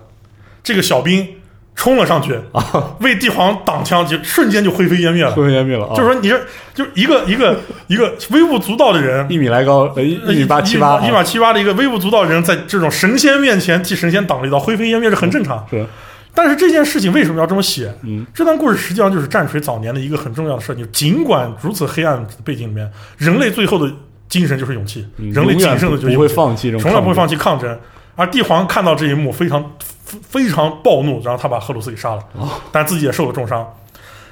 C: 这个小兵冲了上去，
B: 啊
C: 为帝皇挡枪，就瞬间就灰飞烟灭了。
B: 灰飞烟灭了啊，
C: 就是说，你这就一个一个一个微不足道的人，
B: 一米来高，呃一一米八七八，哦
C: 一米七八的一个微不足道的人，在这种神仙面前替神仙挡了一刀，灰飞烟灭是很正常。
B: 是，
C: 但是这件事情为什么要这么写？
B: 嗯，
C: 这段故事实际上就是战锤早年的一个很重要的设定。尽管如此黑暗背景里面，人类最后的精神就是勇气，
B: 嗯
C: 人类
B: 永远
C: 仅剩的就是
B: 不
C: 勇
B: 会
C: 气，
B: 放弃这种，
C: 从来不会放。弃抗争。而帝皇看到这一幕，非常非常暴怒，然后他把赫鲁斯给杀了，
B: 哦
C: 但自己也受了重伤。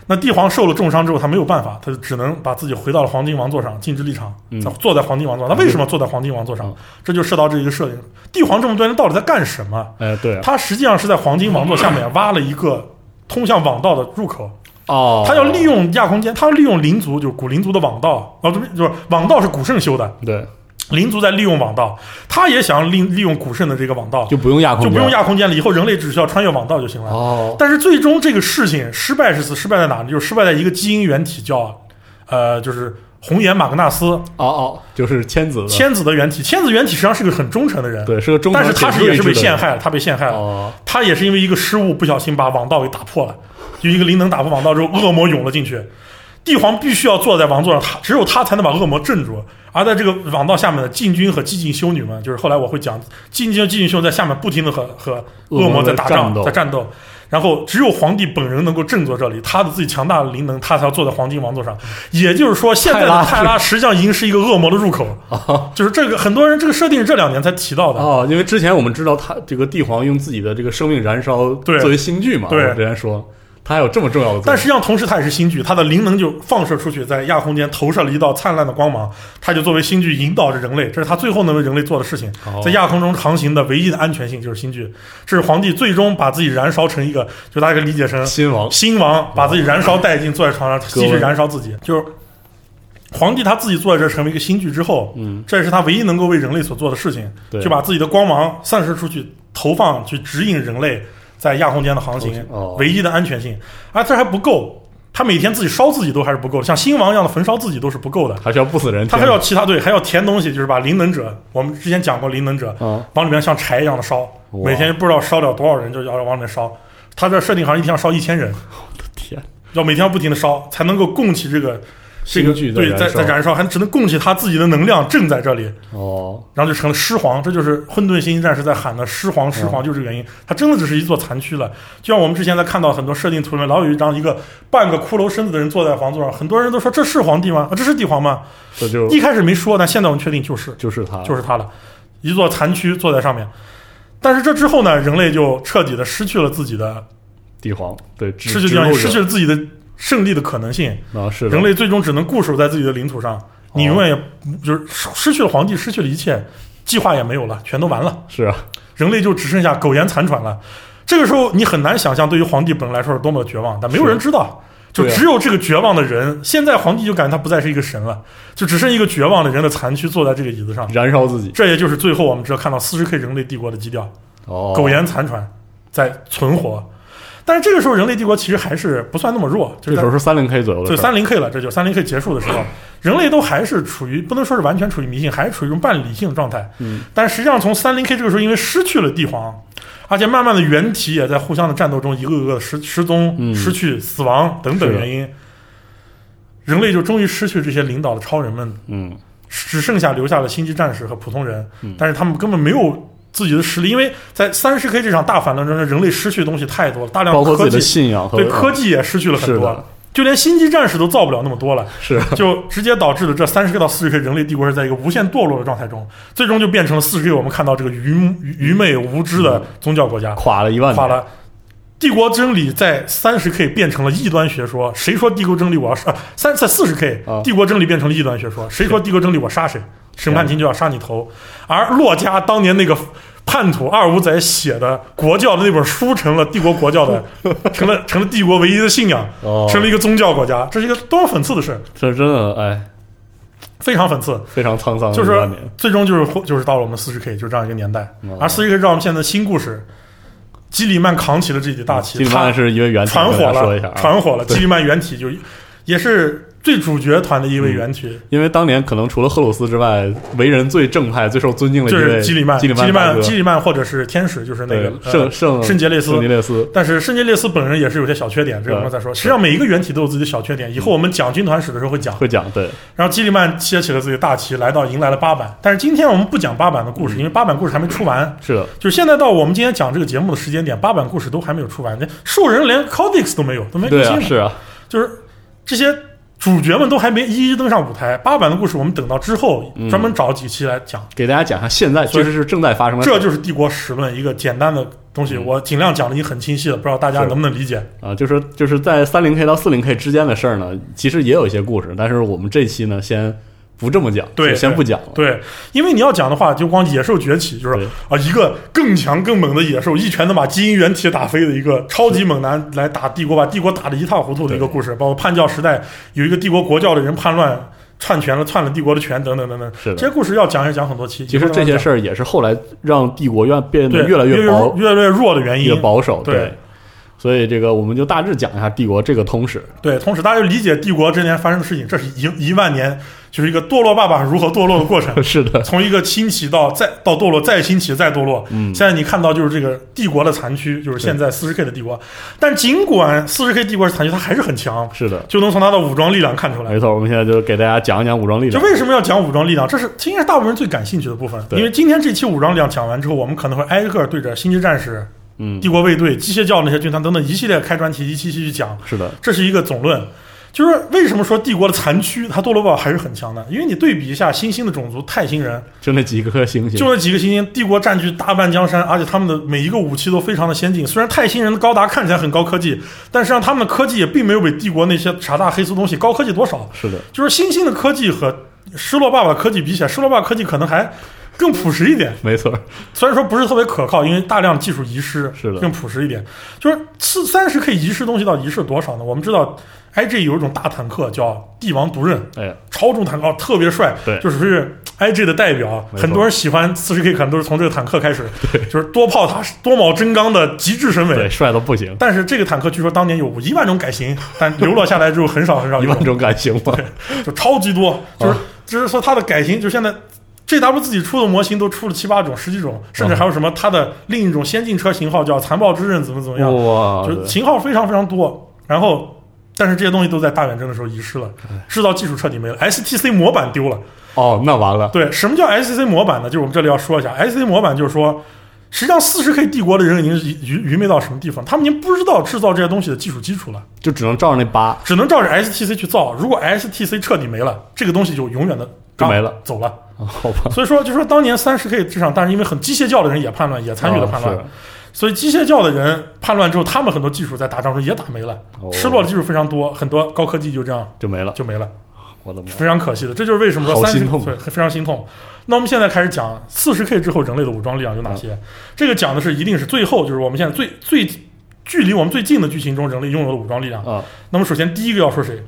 C: 那帝皇受了重伤之后，他没有办法，他就只能把自己回到了黄金王座上，禁止立场，
B: 嗯
C: 在坐在黄金王座上。他为什么坐在黄金王座上
B: 嗯？
C: 这就涉到这一个设定：帝皇这么多年到底在干什么？
B: 哎，对啊，
C: 他实际上是在黄金王座下面挖了一个通向网道的入口，
B: 哦，
C: 他要利用亚空间，他要利用灵族，就是古灵族的网道，哦，这边就是网道是古圣修的，
B: 对，
C: 灵族在利用网道，他也想利利用古圣的这个网道，
B: 就不用压空
C: 就
B: 间，
C: 不用亚空间了，以后人类只需要穿越网道就行了。
B: 哦，
C: 但是最终这个事情失败是失败在哪呢？就是失败在一个基因原体叫，呃，就是红岩马格纳斯
B: 哦哦，就是千子的，
C: 千子的原体，千子原体实际上是个很忠诚的人，
B: 对，是个中国
C: 但
B: 铁
C: 是
B: 柱
C: 他
B: 一
C: 是
B: 支的人，
C: 也是被陷害了，他被陷害了。
B: 哦，
C: 他也是因为一个失误，不小心把网道给打破了，就一个灵能打破网道之后，恶魔涌了进去。帝皇必须要坐在王座上，他只有他才能把恶魔镇住。而在这个网道下面的禁军和寂静修女们，就是后来我会讲，禁军和寂静修女在下面不停的和和恶魔在打
B: 恶魔在战
C: 仗，
B: 斗
C: 在战斗。然后只有皇帝本人能够振作这里，他的自己强大的灵能，他才要坐在黄金王座上。也就是说，现在
B: 泰拉
C: 的泰拉实际上已经是一个恶魔的入 *laughs* 口，就是这个很多人这个设定是这两年才提到的。
B: 哦，因为之前我们知道他这个帝皇用自己的这个生命燃烧
C: 对
B: 作为新剧嘛，
C: 对
B: 我们之前说他还有这么重要的作用，
C: 但实际上，同时它也是星剧，它的灵能就放射出去，在亚空间投射了一道灿烂的光芒，它就作为星剧引导着人类，这是它最后能为人类做的事情。
B: 哦
C: 在亚空中航行的唯一的安全性就是星剧，这是皇帝最终把自己燃烧成一个，就大家可以理解成
B: 新王
C: 新王把自己燃烧殆尽，坐在床上继续燃烧自己，就是。皇帝他自己坐在这儿成为一个新剧之后，
B: 嗯，
C: 这也是他唯一能够为人类所做的事情，
B: 对
C: 就把自己的光芒散射出去，投放去指引人类在亚空间的航行，
B: 哦
C: 唯一的安全性。而这还不够，他每天自己烧自己都还是不够的，像新王一样的焚烧自己都是不够的，
B: 还是要不死人
C: 他
B: 天，
C: 还要其他对，还要填东西，就是把灵能者，我们之前讲过灵能者，
B: 啊，
C: 往里面像柴一样的烧，
B: 哇
C: 每天不知道烧掉多少人，就要往里面烧。他这设定好像一天要烧一千人，
B: 天，
C: 要每天要不停的烧，才能够供起这个这
B: 新
C: 个
B: 剧
C: 对
B: 在
C: 在在燃烧，还只能供起他自己的能量正在这里，
B: 哦，
C: 然后就成了狮皇，这就是混沌星际战士在喊的狮皇，狮
B: 嗯
C: 皇就是这个原因。它真的只是一座残躯了，就像我们之前在看到很多设定图里面，老有一张一个半个骷髅身子的人坐在皇座上，很多人都说这是皇帝吗？啊，这是帝皇吗？
B: 这就
C: 一开始没说，但现在我们确定就是
B: 就是他，
C: 就是它了，一座残躯坐在上面。但是这之后呢，人类就彻底的失去了自己的
B: 帝皇，对，只
C: 失去
B: 嗯植
C: 这样
B: 入
C: 失去
B: 者
C: 了自己的胜利的可能性，
B: 啊，是的哦
C: 人类最终只能固守在自己的领土上。你永远也不就是失失去了皇帝，失去了一切，计划也没有了，全都完了。
B: 是啊，
C: 人类就只剩下苟延残喘了。这个时候，你很难想象对于皇帝本人来说是多么的绝望，但没有人知道，
B: 是
C: 就
B: 对啊
C: 只有这个绝望的人。现在皇帝就感觉他不再是一个神了，就只剩一个绝望的人的残躯坐在这个椅子上。
B: 燃烧自己，
C: 这也就是最后我们只有看到四十 K 人类帝国的基调，
B: 哦，
C: 苟延残喘，在存活。但是这个时候，人类帝国其实还是不算那么弱，
B: 这时
C: 就是在
B: 候是嗯三零 K 左右的
C: 就
B: 事儿，
C: 三零 K 了，这就三零 K 结束的时候，人类都还是处于不能说是完全处于迷信，还是处于一种半理性的状态。
B: 嗯，
C: 但实际上从三零 K 这个时候，因为失去了帝皇，而且慢慢的原体也在互相的战斗中一个个的失失踪、
B: 嗯
C: 失去、死亡等等
B: 是的
C: 原因，人类就终于失去这些领导的超人们，
B: 嗯，
C: 只剩下留下了星际战士和普通人
B: 嗯，
C: 但是他们根本没有。自己的实力，因为在三十 K 这场大反乱中，人类失去的东西太多了，大量
B: 包括自
C: 科
B: 己的
C: 技，
B: 信仰和
C: 对科技也失去了很
B: 是
C: 多
B: 的，，
C: 就连星际战士都造不了那么多了。
B: 是
C: 就直接导致了这三十 K 到四十 K 人类帝国是在一个无限堕落的状态中，最终就变成了四十 K 我们看到这个愚愚愚昧无知
B: 嗯
C: 的宗教国家
B: 垮了一万，
C: 垮，了。帝国真理在三十 K 变成了异端学说，谁说帝国真理我要杀？啊三在四十 K，
B: 啊
C: 帝国真理变成了异端学说，谁说帝国真理我杀谁？审判庭就要杀你头。而洛迦当年那个叛徒二五仔写的国教的那本书，成了帝国国
B: *laughs*
C: 教的，成了成了帝国唯一的信仰，
B: 哦，
C: 成了一个宗教国家，这是一个多么讽刺的事，
B: 这真的哎，
C: 非常讽刺。
B: 非常沧桑的
C: 就
B: 一
C: 是
B: 万
C: 说
B: 年，
C: 最终就是获就是到了我们四十 K 就这样一个年代
B: 哦，
C: 而四十 K 让我们现在的新故事，基里曼扛起了这一大旗，
B: 基本
C: 他
B: 嗯上是一位原
C: *laughs* 传火
B: 说一下
C: 了
B: 啊，
C: 传火了，
B: 对
C: 基里曼原体就也是最主角团的一位元群，
B: 因为当年可能除了赫鲁斯之外，为人最正派、最受尊敬的一
C: 就
B: 位
C: 是基里
B: 嗯
C: 曼、
B: 基
C: 基
B: 里
C: 里
B: 曼大哥
C: 曼、基里曼或者是天使，就是那
B: 对
C: 个
B: 圣
C: 呃
B: 圣
C: 圣杰列斯
B: 圣杰列斯，
C: 但是圣杰列斯本人也是有些小缺点，这个我们再说。实际上每一个原体都有自己的小缺点，以后我们讲军团史的时候会讲。
B: 会讲对，
C: 然后基利曼挎起了自己的大旗，来到迎来了八版。但是今天我们不讲八版的
B: 嗯
C: 故事，因为八版故事还没出完。
B: 是的，
C: 就是现在到我们今天讲这个节目的时间点，八版故事都还没有出完。那兽人连 Codex 都没有，都没
B: 对
C: 更新
B: 啊，
C: 呢。
B: 是啊，
C: 就是这些主角们都还没一一登上舞台。八版的故事我们等到之后
B: 嗯
C: 专门找几期来讲。
B: 给大家讲一下现在
C: 所
B: 确
C: 以
B: 实是正在发生的事
C: 这
B: 儿
C: 就是《帝国史论》一个简单的东西，
B: 嗯
C: 我尽量讲的已经很清晰了，不知道大家
B: 是
C: 能不能理解？
B: 啊，就是就是在三零 K 到四零 K 之间的事儿呢，其实也有一些故事，但是我们这期呢先不这么讲，
C: 对
B: 就先
C: 对
B: 不讲了，
C: 对，因为你要讲的话，就光野兽崛起就是
B: 对
C: 啊，一个更强更猛的野兽，一拳能把基因原体打飞的一个超级猛男来打帝国，把帝国打得一塌糊涂的一个
B: 对
C: 故事，包括叛教时代有一个帝国国教的人叛乱。篡权了，篡了帝国的权，等等等等，
B: 是的
C: 这些故事要讲也讲很多期。
B: 其实这些事
C: 儿
B: 儿也是后来让帝国越变
C: 对
B: 得越来
C: 越
B: 薄、
C: 越来越弱的原
B: 越
C: 因。
B: 保守，
C: 对
B: 对。所以这个我们就大致讲一下帝国这个通
C: *laughs*
B: 史，
C: 对，同时大家理解帝国这年发生的事情，这是一一万年，就是一个堕落爸爸如何堕落的过程。
B: 是的，
C: 从一个兴起到再到堕落，再兴起再堕落。
B: 嗯
C: 现在你看到就是这个帝国的残躯，就是现在四十 K 的帝国。但尽管四十 K 帝国是残躯，它还是很强，
B: 是的，
C: 就能从它的武装力量看出来
B: 没。错。我们现在就给大家讲一讲武装力
C: 就
B: 量，
C: 为什么要讲武装力量？这是这应该是大部分人最感兴趣的部分，
B: 对
C: 因为今天这期武装力量讲完之后，我们可能会挨个对着星际战士、
B: 嗯，
C: 帝国卫队、机械教那些军团等等一系列开专题，一期期去讲。
B: 是的，
C: 这是一个总论。就是为什么说帝国的残躯，它多罗堡还是很强的？因为你对比一下新兴的种族泰星人，
B: 就那几颗星星，
C: 就那几个行星，帝国占据大半江山，而且他们的每一个武器都非常的先进。虽然泰星人的高达看起来很高科技，但实际上他们的科技也并没有比帝国那些傻大黑苏东西高科技多少。
B: 是的，
C: 就是新兴的科技和失落爸爸科技比起来，失落爸爸科技可能还更朴实一点，
B: 没错，
C: 虽然说不是特别可靠，因为大量技术遗失，
B: 是的
C: 更朴实一点。就是四三十 K 遗失东西到底遗失多少呢？我们知道 IG 有一种大坦克叫帝王独刃，
B: 哎，
C: 超重坦克特别帅，
B: 对
C: 就是 IG 的代表。
B: 没错
C: 很多人喜欢四十 K，可能都是从这个坦克开始，就是多炮塔、多铆真钢的极致审
B: 对，
C: 美。
B: 帅到不行，
C: 但是这个坦克据说当年有一万种改型，但流落下来之后很少很少
B: 一
C: 有
B: 万种感情嘛，
C: 就超级多，就是、
B: 啊
C: 只是说它的改型，就现在 GW 自己出的模型都出了七八种、十几种，甚至
B: 啊
C: 还有什么它的另一种先进车型号叫残暴之刃，怎么怎么样，
B: 哇，
C: 就是型号非常非常多。然后，但是这些东西都在大远征的时候遗失了，
B: 哎
C: 制造技术彻底没了，STC 模板丢了。
B: 哦，那完了，
C: 对，什么叫 STC 模板呢？就是我们这里要说一下，STC 模板就是说。实际上，四十 K 帝国的人已经愚愚愚昧到什么地方？他们已经不知道制造这些东西的技术基础了。
B: 就只能照着那疤，
C: 只能照着 STC 去造。如果 STC 彻底没了，这个东西就永远的
B: 就没了，
C: 走了。
B: *laughs* 啊好吧，
C: 所以说，就说当年三十 K 之上，但是因为很机械教的人也叛乱，也参与了叛乱，
B: 啊
C: 所以机械教的人叛乱之后，他们很多技术在打仗中也打没了，
B: 哦
C: 失落的技术非常多，很多高科技就这样
B: 是就没了，
C: 就没了，
B: 我的妈，
C: 非常可惜的。这就是为什么说
B: 好
C: 三十
B: 心痛
C: 对非常心痛。那我们现在开始讲四十 K 之后人类的武装力量有哪些？
B: 啊
C: 这个讲的是一定是最后，就是我们现在最最距离我们最近的剧情中人类拥有的武装力量。
B: 啊，
C: 那么首先第一个要说谁？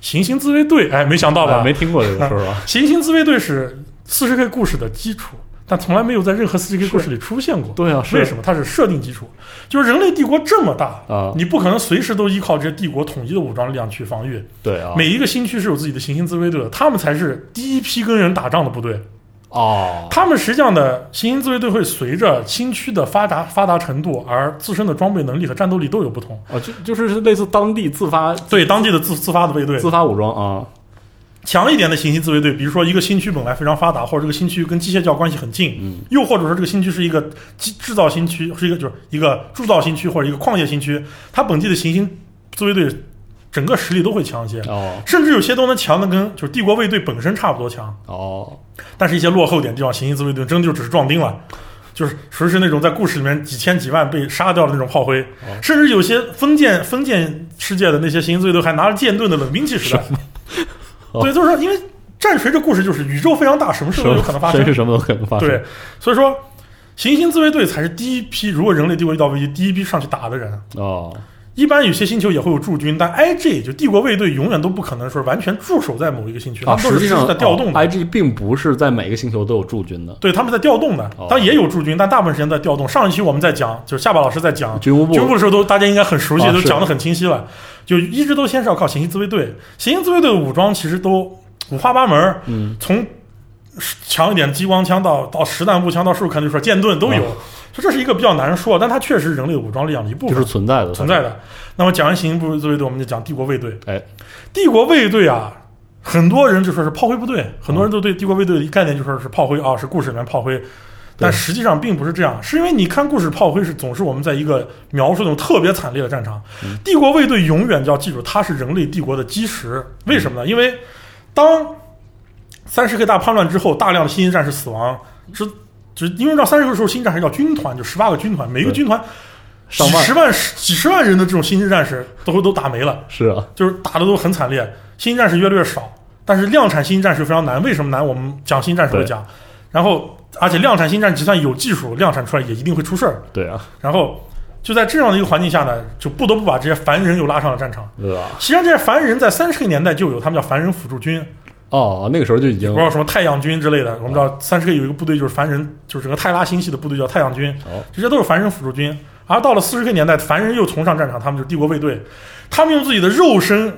C: 行星自卫队，哎，没想到吧？
B: 哎没听过这个，说实话，
C: 行星自卫队是四十 K 故事的基础，但从来没有在任何四十 K 故事里出现
B: *laughs*
C: 过。
B: 对啊，是
C: 为什么？它是设定基础，就是人类帝国这么大。
B: 啊？
C: 你不可能随时都依靠这些帝国统一的武装力量去防御，
B: 对啊，
C: 每一个新区是有自己的行星自卫队的，他们才是第一批跟人打仗的部队。
B: 哦，
C: 他们实际上的行星自卫队会随着新区的发达发达程度而自身的装备能力和战斗力都有不同。
B: 啊，就就是类似当地自发
C: 对当地的自自发的卫队，
B: 自发武装啊，
C: 强一点的行星自卫队，比如说一个新区本来非常发达，或者这个新区跟机械教关系很近，
B: 嗯，
C: 又或者说这个新区是一个机制造新区，是一个就是一个铸造新区或者一个矿业新区，它本地的行星自卫队整个实力都会强一些，
B: 哦
C: 甚至有些都能强的跟就是帝国卫队本身差不多强，
B: 哦，
C: 但是一些落后点地方，行星自卫队真的就只是壮丁了。就是属于是那种在故事里面几千几万被杀掉的那种炮灰，
B: 哦
C: 甚至有些封建封建世界的那些行星自卫队还拿着剑盾的冷兵器时代。
B: 哦
C: 对，就是说，因为战锤这故事就是宇宙非常大，什么事
B: 什
C: 都
B: 么
C: 有可能发生
B: 真。是什么都可能发生，
C: 对，所以说行星自卫队才是第一批，如果人类帝国遇到危机，第一批上去打的人。
B: 哦，
C: 一般有些星球也会有驻军，但 IG 就帝国卫队永远都不可能说完全驻守在某一个星区，他
B: 啊，
C: 们都
B: 实
C: 是
B: 际
C: 实
B: 上
C: 时的调动的。
B: IG 并不是在每个星球都有驻军的，
C: 对，他们在调动的
B: 哦，
C: 当然也有驻军，但大部分时间在调动。上一期我们在讲，就是夏巴老师在讲
B: 啊军务部
C: 军部的时候都大家应该很熟悉，
B: 啊
C: 都
B: 是
C: 讲得很清晰了。就一直都先是要靠行星自卫队，行星自卫队的武装其实都五花八门儿，
B: 嗯
C: 从强一点激光枪到到实弹步枪到数肯定说剑盾都有
B: 啊，
C: 所以这是一个比较难说，但它确实人类武装力量的一部
B: 就
C: 分
B: 是。存在的，
C: 存在的。那么讲完行星部自卫队，我们就讲帝国卫队。
B: 哎，
C: 帝国卫队啊，很多人就说是炮灰部队，很多人都对帝国卫队的概念就说是炮灰啊，是故事里面炮灰。但实际上并不是这样，是因为你看故事炮灰是总是我们在一个描述那种特别惨烈的战场，帝国卫队永远要记住它是人类帝国的基石。为什么
B: 嗯
C: 呢？因为当三十 K 大叛乱之后，大量的新兴战士死亡，是就因为到三十 K 的时候，新战士叫军团，就十八个军团，每个
B: 对
C: 军团几
B: 上万
C: 十万、十几十万人的这种新兴战士都都打没了，
B: 是啊，
C: 就是打的都很惨烈。新兴战士越来越少，但是量产新兴战士非常难。为什么难？我们讲新战士会
B: 对
C: 讲，然后而且量产新战士就算有技术，量产出来也一定会出事儿。
B: 对啊，
C: 然后就在这样的一个环境下呢，就不得不把这些凡人又拉上了战场。
B: 对啊吧？
C: 实际上，这些凡人在三十个年代就有，他们叫凡人辅助军，
B: 哦，那个时候就已经
C: 不知道什么太阳军之类的。我们知道三十 K 有一个部队就是凡人，就是整个泰拉星系的部队叫太阳军，
B: 哦
C: 这些都是凡人辅助军。而到了四十 K 年代，凡人又重上战场，他们就是帝国卫队，他们用自己的肉身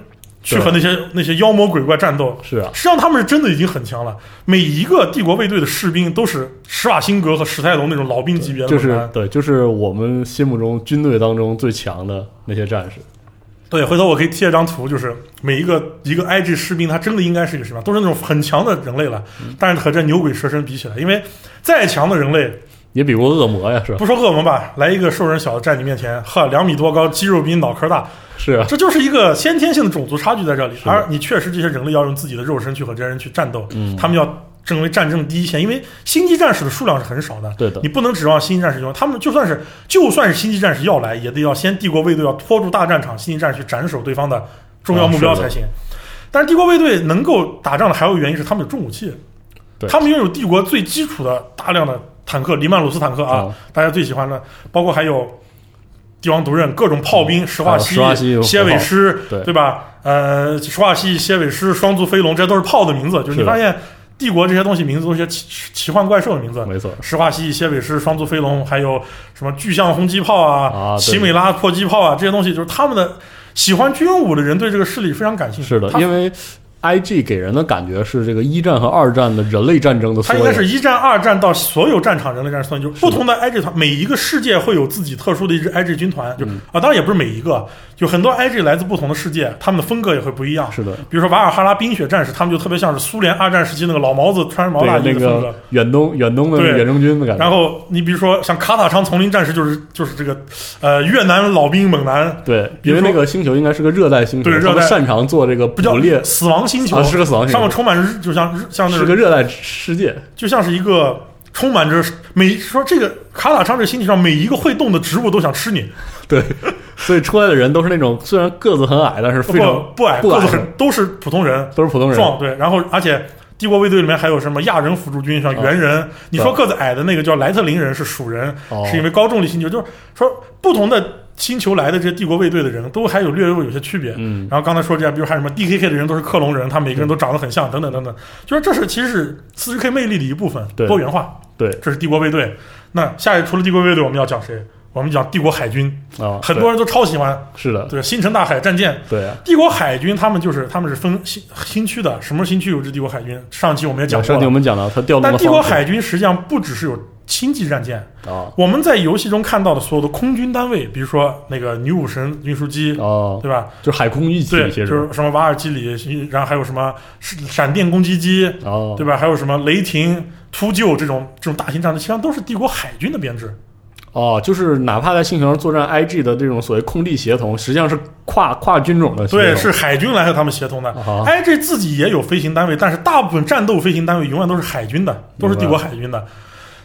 C: 去
B: 对
C: 和那些那些妖魔鬼怪战斗。
B: 是啊，
C: 实际上，他们是真的已经很强了。每一个帝国卫队的士兵都是施瓦辛格和史泰龙那种老兵级别的
B: 就
C: 猛
B: 是
C: 男
B: 对，就是我们心目中军队当中最强的那些战士，
C: 对，回头我可以贴一张图，就是每一个一个 IG 士兵，他真的应该是一个什么样，都是那种很强的人类了。
B: 嗯
C: 但是和这牛鬼蛇神比起来，因为再强的人类，
B: 也比不过恶魔呀，是吧？
C: 不说恶魔吧，来一个兽人小的站你面前，呵，两米多高，肌肉比你脑壳大，
B: 是
C: *laughs*
B: 啊，
C: 这就是一个先天性的种族差距在这里。
B: 的
C: 而你确实这些人类要用自己的肉身去和这些人去战斗，
B: 嗯
C: 他们要成为战争第一线，因为星际战士的数量是很少的。
B: 对的
C: 你，不能指望星际战士用，他们就算是就算是星际战士要来，也得要先帝国卫队要拖住大战场，星际战士去斩首对方的重要目标才行。但是帝国卫队能够打仗的还有一个原因是他们有重武器，
B: 对
C: 他们拥有帝国最基础的大量的坦克，黎曼鲁斯坦克啊，
B: 嗯
C: 大家最喜欢的，包括还有帝王毒刃、各种炮兵、石化
B: 啊石化
C: 西、
B: 西
C: 蝎尾狮，
B: 对
C: 对吧？呃，石化西、蝎尾狮、双足飞龙，这都是炮的名字，就是
B: 是
C: 你
B: 的
C: 发现。帝国这些东西名字都是些奇奇奇幻怪兽的名字，
B: 没错，
C: 石化蜥蜴、蝎尾狮、双足飞龙，还有什么巨象轰击炮啊、
B: 啊对
C: 奇美拉迫击炮啊，这些东西就是他们的喜欢军武的人对这个势力非常感兴趣。
B: 是的，
C: 他
B: 因为 I G 给人的感觉是这个一战和二战的人类战争的缩
C: 他应该是
B: 影，
C: 一战、二战到所有战场人类战士算，就是不同的 IG 团，每一个世界会有自己特殊的一支 IG 军团，就、
B: 嗯
C: 啊，当然也不是每一个，有很多 IG 来自不同的世界，他们的风格也会不一样。
B: 是的，
C: 比如说瓦尔哈拉冰雪战士，他们就特别像是苏联二战时期那个老毛子穿着毛大衣
B: 对
C: 的
B: 那
C: 风
B: 个
C: 格。
B: 远东远东的
C: 对
B: 远征军的感觉，
C: 然后你比如说像卡塔昌丛林战士，就是就是这个呃越南老兵猛男，
B: 对，
C: 比
B: 因
C: 如
B: 为那
C: 说
B: 个星球应该是个热带星球，
C: 对
B: 他
C: 热
B: 们
C: 带
B: 擅长做这个
C: 不叫
B: 捕猎，
C: 死亡星球，
B: 啊是个死亡星球
C: 上面充满日，就像日像那
B: 是
C: 种
B: 个热带世界，
C: 就像是一个充满着每说这个卡塔昌这星球上每一个会动的植物都想吃你， *laughs*
B: 对，所以出来的人都是那种虽然个子很矮，但是
C: 不
B: 非常
C: 不矮，
B: 不
C: 个
B: 矮的
C: 子很都是普通人，
B: 都是普通人，
C: 壮对，然后而且。帝国卫队里面还有什么亚人辅助军，
B: 啊
C: 像猿人。你说个子矮的那个叫莱特林人是鼠人，
B: 哦
C: 是因为高重力星球，就是说不同的星球来的这些帝国卫队的人都还有略有有些区别。
B: 嗯，
C: 然后刚才说这样，比如还有什么 DKK 的人都是克隆人，他每个人都长得很像，等等等等，就是这是其实是四十 K 魅力的一部分，
B: 对
C: 多元化。
B: 对
C: 这是帝国卫队。那下一除了帝国卫队，我们要讲谁？我们讲帝国海军，
B: 啊，
C: 很
B: 对
C: 多人都超喜欢，
B: 是的，
C: 对，星辰大海战舰。
B: 对啊，
C: 帝国海军他们就是他们是分新新区的，什么新区有支帝国海军？上期我们也讲过
B: 上期我
C: 了。
B: 们讲到他调动
C: 但
B: 的
C: 帝国
B: 方式
C: 海军实际上不只是有星际战舰，
B: 啊
C: 我们在游戏中看到的所有的空军单位，比如说那个女武神运输机，
B: 哦，
C: 对吧？
B: 就是海空一体
C: 对，
B: 其
C: 就
B: 实
C: 是什么瓦尔基里，然后还有什么闪闪电攻击机，
B: 哦，
C: 对吧？还有什么雷霆、秃鹫这种这种大型战斗，实际上都是帝国海军的编制。
B: 哦，就是哪怕在星球上作战，IG 的这种所谓空地协同，实际上是跨跨军种的协同。
C: 对，是哎海军来和他们协同的。
B: 啊
C: IG 自己也有飞行单位，但是大部分战斗飞行单位永远都是海军的，都是帝国海军的。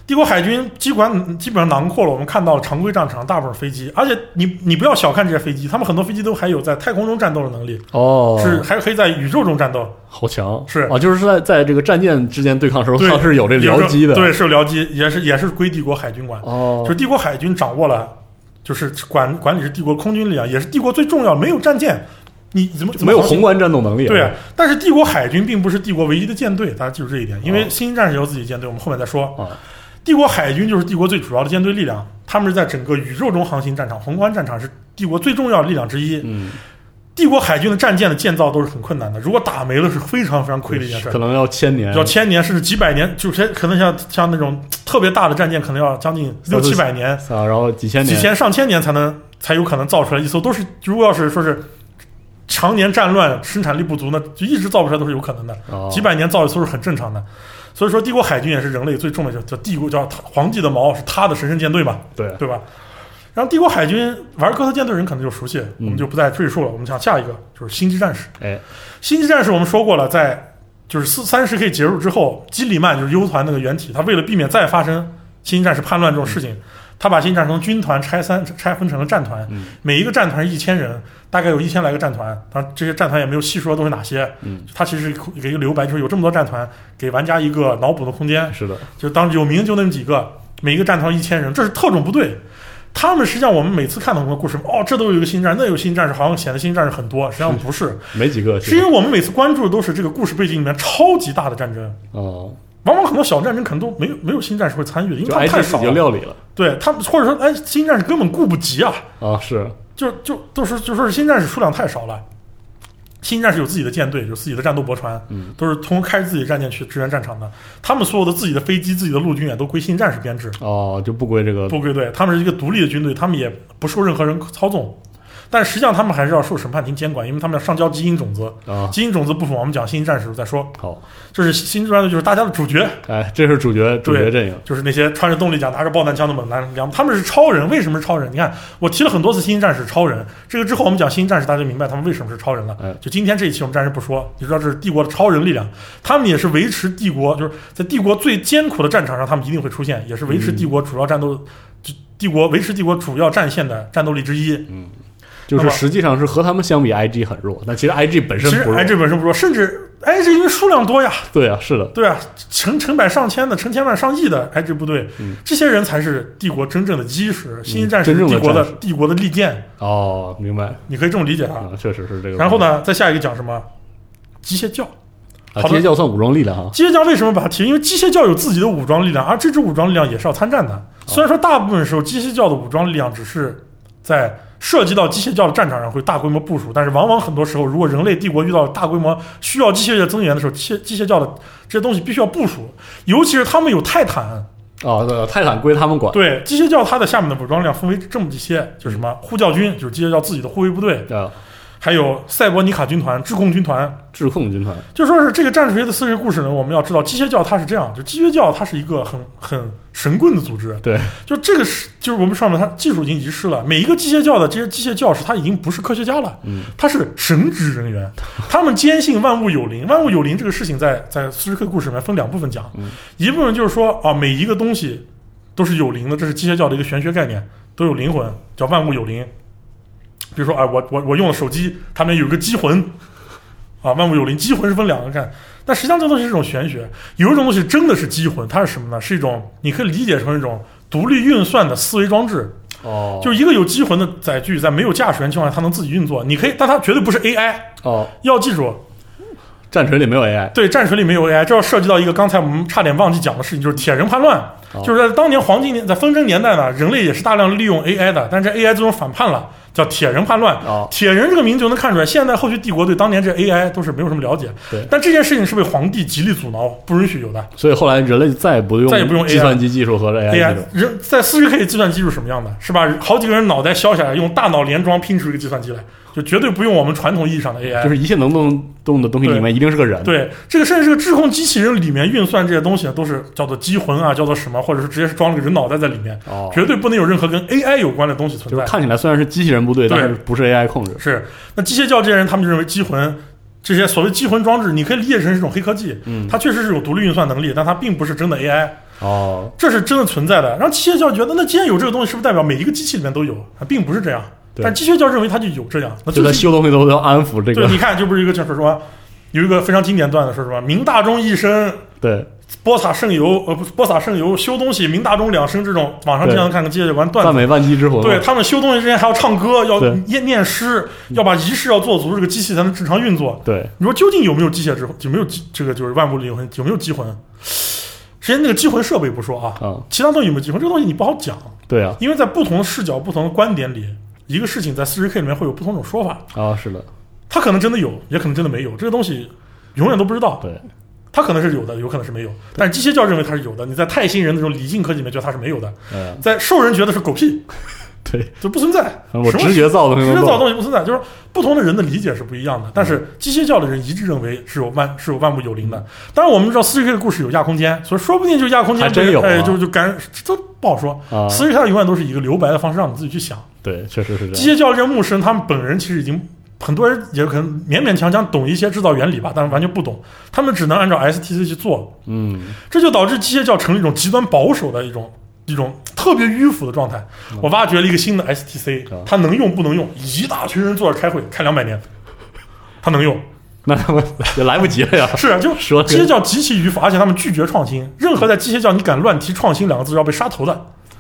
C: 帝国海军基本基本上囊括了我们看到常规战场大部分飞机，而且你你不要小看这些飞机，他们很多飞机都还有在太空中战斗的能力，
B: 哦，
C: 是还可以在宇宙中战斗。
B: 好强
C: 是
B: 啊，就是在在这个战舰之间对抗的时候，
C: 对
B: 它是有这
C: 有
B: 僚机的
C: 对，是有僚机，也是也是归帝国海军管。
B: 哦
C: 就是帝国海军掌握了就是管管理是帝国空军力量，也是帝国最重要，没有战舰，你怎么怎么
B: 没有
C: 航行
B: 宏观战斗能力。
C: 对，啊但是帝国海军并不是帝国唯一的舰队，大家记住这一点，因为新战士有自己的舰队，我们后面再说。
B: 啊，
C: 帝国海军就是帝国最主要的舰队力量，他们是在整个宇宙中航行战场，宏观战场是帝国最重要的力量之一。
B: 嗯，
C: 帝国海军的战舰的建造都是很困难的，如果打没了是非常非常亏的一件事
B: 可。能要千年，
C: 要千年甚至几百年，就是可能像像那种特别大的战舰，可能要将近六七百年、
B: 啊，然后几千
C: 几
B: 年，
C: 千上千年才能才有可能造出来一艘。都是如果要是说是常年战乱、生产力不足呢，就一直造不出来都是有可能的。
B: 啊
C: 几百年造一艘是很正常的。所以说，帝国海军也是人类最重的，叫叫帝国叫皇帝的矛是他的神圣舰队嘛，
B: 对，
C: 对吧？然后帝国海军玩哥特舰队人可能就熟悉，我们就不再赘述了。我们讲下一个就是星际战士。
B: 嗯哎，
C: 星际战士我们说过了，在就是四三十 K 结束之后，基里曼就是 U 团那个原体，他为了避免再发生星际战士叛乱这种事情，他把星际战士从军团拆三拆分成了战团，
B: 嗯
C: 每一个战团是一千人，大概有一千来个战团。当然，这些战团也没有细说都是哪些，
B: 嗯，
C: 它其实给一个留白，就是有这么多战团，给玩家一个脑补的空间。
B: 是的，
C: 就当有名就那么几个，每一个战团一千人，这是特种部队。他们实际上我们每次看到很多故事，哦，这都有一个新战，那有个新战士，好像显得新战士很多，实际上不是，
B: 没几个，
C: 是因为我们每次关注的都是这个故事背景里面超级大的战争，
B: 哦，
C: 往往很多小战争可能都没有没有新战士会参与的，因为
B: 就
C: 他们
B: IT
C: 太
B: 已
C: 少
B: 经
C: 了。
B: 料理了
C: 对他们或者说，哎，新战士根本顾不及啊，
B: 啊，是，
C: 就就都是就说是新战士数量太少了。新战士有自己的舰队，有自己的战斗驳船，
B: 嗯，
C: 都是通开着自己的战舰去支援战场的。他们所有的自己的飞机、自己的陆军也都归新战士编制。
B: 哦，就不归这个，
C: 不归队，他们是一个独立的军队，他们也不受任何人操纵。但实际上，他们还是要受审判庭监管，因为他们要上交基因种子。
B: 啊，
C: 基因种子部分，我们讲新战士时候再说。
B: 好，
C: 这是新战士，就是大家的主角，
B: 哎，这是主角主角
C: 对
B: 阵营，
C: 就是那些穿着动力甲、拿着爆弹枪的猛男两，他们是超人。为什么是超人？你看，我提了很多次新战士超人，这个之后我们讲新战士，大家就明白他们为什么是超人了
B: 哎。
C: 就今天这一期我们暂时不说，你知道这是帝国的超人力量，他们也是维持帝国，就是在帝国最艰苦的战场上，他们一定会出现，也是维持帝国主要战斗，就帝国维持帝国主要战线的战斗力之一。
B: 嗯就
C: 那
B: 是
C: 么
B: 实际上是和他们相比，IG 很弱，但其实 IG 本
C: 其
B: 身
C: 实
B: 不弱，
C: IG 本身不说，甚至 IG 因为数量多呀，
B: 对啊，是的，
C: 对啊，成成百上千的、成千万上亿的 IG 部队，
B: 嗯
C: 这些人才是帝国真正的基石。新一战士
B: 真
C: 是
B: 正的
C: 帝国的
B: 战士
C: 帝国的利剑，
B: 哦，明白
C: 你可以这么理解啊。
B: 啊，确实是这个。
C: 然后？呢，再下一个讲什么？机械教。
B: 啊，
C: 好的
B: 街教算武装力量啊，
C: 机械教为什么把它提？因为机械教有自己的武装力量，而这支武装力量也是要参
B: 哦
C: 战的。虽然说大部分时候机械教的武装力量只是在涉及到机械教的战场上会大规模部署，但是往往很多时候，如果人类帝国遇到大规模需要机械界增援的时候，机械机械教的这些东西必须要部署，尤其是他们有泰坦。
B: 哦，对，泰坦归他们管，
C: 对，机械教它的下面的武装力量分为这么几些，就是什么护教军，就是机械教自己的护卫部队，
B: 对啊，
C: 还有赛博尼卡军团、质控军团。
B: 质控军团，
C: 就说是这个战士学的四十故事呢，我们要知道，机械教它是这样，就机械教它是一个很很神棍的组织，
B: 对，
C: 就这个是就是我们上面它技术已经遗失了，每一个机械教的这些机械教士他已经不是科学家了，
B: 嗯，
C: 他是神职
B: *laughs*
C: 人员，他们坚信万物有灵。万物有灵这个事情在在斯师克故事里面分两部分讲，
B: 嗯
C: 一部分就是说啊，每一个东西都是有灵的，这是机械教的一个玄学概念，都有灵魂，叫万物有灵。比如说，哎，我我我用了手机，它们有一个机魂，啊，万物有灵，机魂是分两个看。但实际上这东西是一种玄学，有一种东西真的是机魂，它是什么呢？是一种你可以理解成一种独立运算的思维装置。
B: 哦，
C: 就是一个有机魂的载具，在没有驾驶员情况下，它能自己运作。你可以，但它绝对不是 AI。
B: 哦，
C: 要记住，
B: 战锤里没有 AI，
C: 对战锤里没有 AI，这要涉及到一个刚才我们差点忘记讲的事情，就是铁人叛乱。
B: 哦
C: 就是在当年黄金年，在纷争年代呢，人类也是大量利用 AI 的，但是这 AI 最终反叛了，叫铁人叛乱。
B: 哦，
C: 铁人这个名字就能看出来，现代后续帝国对当年这 AI 都是没有什么了解
B: 对。
C: 但这件事情是被皇帝极力阻挠，不允许有的。
B: 所以后来人类再也不用
C: 再也不用 AI
B: 计算机技术和 AI
C: AI
B: 技术，
C: 人在四十 K 计算机是什么样的？是吧？好几个人脑袋削下来，用大脑联装拼出一个计算机来，就绝对不用我们传统意义上的 AI。
B: 就是一切能动动的东西里面一定是个人，，
C: 对，这个甚至这个智控机器人里面运算这些东西啊都是叫做机魂啊，叫做什么，或者是直接是装了个人脑袋在里面，
B: 哦，
C: 绝对不能有任何跟 AI 有关的东西存
B: 就是
C: 在。
B: 看起来虽然是机器人部队，
C: 对
B: 但是不是 AI 控制，
C: 是，那机械教这些人他们就认为机魂。这些所谓机魂装置，你可以理解成是一种黑科技，
B: 嗯，
C: 它确实是有独立运算能力，但它并不是真的 AI。
B: 哦，
C: 这是真的存在的。让机械教觉得，那既然有这个东西，是不是代表每一个机器里面都有？啊，并不是这样。
B: 对
C: 但机械教认为它就有这样，那
B: 就
C: 啊就
B: 在
C: 是
B: 修东西都要安抚这
C: 对，
B: 个，
C: 你看，就不是一个就是说有一个非常经典段子，说什么“明大中一身
B: 对，
C: 播撒圣油，呃，不是播撒圣油，修东西，明大中两声这种，网上经常看看街角观段
B: 赞
C: 子。
B: 美万机之魂嘛，
C: 对他们修东西之前还要唱歌，要
B: 对
C: 念念诗，要把仪式要做足，这个机器才能正常运作。
B: 对
C: 你说究竟有没有机械之魂？有没有机这个就是万物灵魂？有没有机魂？首先，那个机魂设备不说啊，
B: 啊，
C: 其他东西有没有机魂，这个东西你不好讲，
B: 对啊，
C: 因为在不同的视角、不同的观点里，一个事情在四十 K 里面会有不同种说法。
B: 啊是的，
C: 它可能真的有，也可能真的没有，这个东西永远都不知道。
B: 对，
C: 它可能是有的，有可能是没有。但是机械教认为它是有的，你在泰星人那种理性科技里面觉得它是没有的，
B: 嗯，
C: 在兽人觉得是狗屁，
B: 对，
C: 就不存在。
B: 我
C: 什么
B: 直觉造的东西
C: 直
B: 能动，
C: 接造东西不存在，就是不同的人的理解是不一样的。但
B: 嗯
C: 是机械教的人一致认为是有万是有万物有灵的。当然，我们知道四十 K 的故事有亚空间，所以说不定就亚空间
B: 还真有啊
C: 哎，就就感这不好说。
B: 啊，嗯
C: 四十 K 它永远都是一个留白的方式，让你自己去想。
B: 对，确实是这
C: 机
B: 样，
C: 械教练牧师他们本人其实已经很多人也可能勉勉强强懂一些制造原理吧，但是完全不懂，他们只能按照 STC 去做，
B: 嗯，
C: 这就导致机械教成了一种极端保守的一种一种特别迂腐的状态。
B: 嗯
C: 我挖掘了一个新的 STC，
B: 啊
C: 它能用不能用？一大群人坐着开会，开两百年，它能用？
B: 那他们 *laughs* 也来不及了呀，
C: 是啊，就
B: 说这
C: 机械教极其迂腐，而且他们拒绝创新，任何在机械教你敢乱提创新两个字是要被杀头的。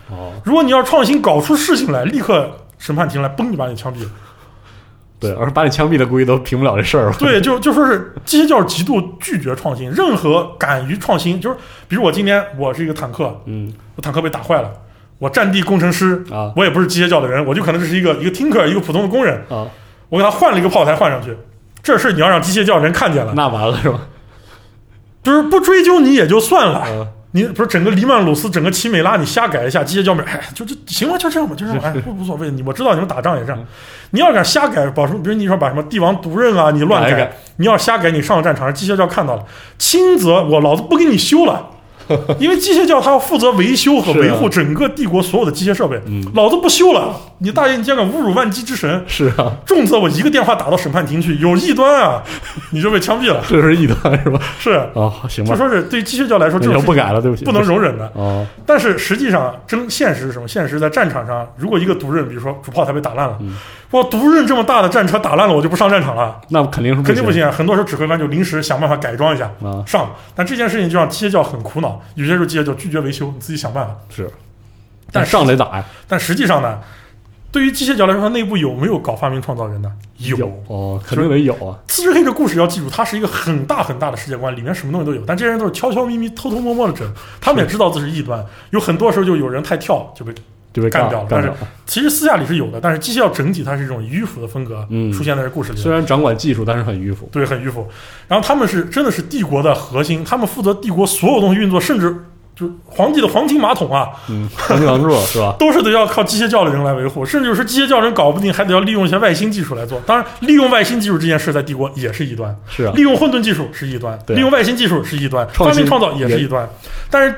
B: 哦，
C: 如果你要创新搞出事情来，立刻审判庭来嘣就把你枪毙了。
B: 对，而把你枪毙的估计都平不了这事儿，
C: 对，就就说是机械教是极度拒绝创新，任何敢于创新，就是比如我今天我是一个坦克，
B: 嗯
C: 我坦克被打坏了，我战地工程师，
B: 啊
C: 我也不是机械教的人，我就可能只是一个一个 tinker，一个普通的工人，
B: 啊，
C: 我给他换了一个炮台换上去，这事儿你要让机械教人看见了，
B: 那完了是吧？
C: 就是不追究你也就算了。
B: 啊，
C: 你不是整个黎曼鲁斯，整个奇美拉，你瞎改一下机械教面，哎，就就行吧，就这样吧，就这样吧，
B: *laughs*
C: 哎，不无所谓。你我知道你们打仗也这
B: 嗯
C: 样，你要敢瞎改，保什么？比如你说把什么帝王独任啊，你乱
B: 改
C: 改，
B: 一改
C: 你要瞎改，你上了战场，机械教看到了，轻则我老子不给你修
B: *laughs*
C: 了。因为机械教他要负责维修和
B: 是啊
C: 维护整个帝国所有的机械设备，
B: 嗯
C: 老子不修了！你大爷，你竟然敢侮辱万机之神！
B: 是啊，
C: 重则我一个电话打到审判庭去，有异端啊， *laughs* 你就被枪毙了。
B: 这是异端是吧？
C: 是，
B: 啊，行
C: 就
B: 吧，
C: 说是对机械教来说，这
B: 那就
C: 种事
B: 不
C: 情
B: 改了，对不起，
C: 不能容忍的。
B: 哦，
C: 但是实际上，真现实是什么？现实在战场上，如果一个毒刃，比如说主炮台被打烂了，
B: 嗯
C: 我毒刃这么大的战车打烂了，我就不上战场了，
B: 那肯定是
C: 肯定不
B: 行
C: 行啊！很多时候指挥官就临时想办法改装一下
B: 啊，
C: 上，但这件事情就让机械教很苦恼，有些时候机械教拒绝维修，你自己想办法。
B: 是，
C: 但
B: 但
C: 是
B: 上得打呀，
C: 但实际上呢，对于机械教来说，它内部有没有搞发明创造人呢？有。
B: 哦，肯定得有啊，
C: 四十 K 这故事要记住，它是一个很大很大的世界观，里面什么东西都有，但这些人都是悄悄咪咪、偷偷摸摸的整，他们也知道这是异端，有很多时候就有人太跳就被
B: 就被
C: 干
B: 干
C: 掉了
B: 干
C: 但是
B: 掉了。
C: 其实私下里是有的，但是机械要整体它是一种迂腐的风格，
B: 嗯
C: 出现在这故事里
B: 虽
C: 面，
B: 然掌管技术，但是很迂腐。
C: 对，很迂腐。然后他们是真的是帝国的核心，他们负责帝国所有东西运作，甚至就是皇帝的黄金马桶啊，
B: 嗯，横梁柱是吧？
C: 都是得要靠机械教的人来维护，甚至有时候机械教人搞不定，还得要利用一些外星技术来做。当然，利用外星技术这件事在帝国也是异端，
B: 是
C: *laughs*
B: 啊
C: 利，用混沌技术是异端，
B: 对啊
C: 利用外星技术是异端，
B: 创
C: 发
B: 新
C: 明创造也是异端。但是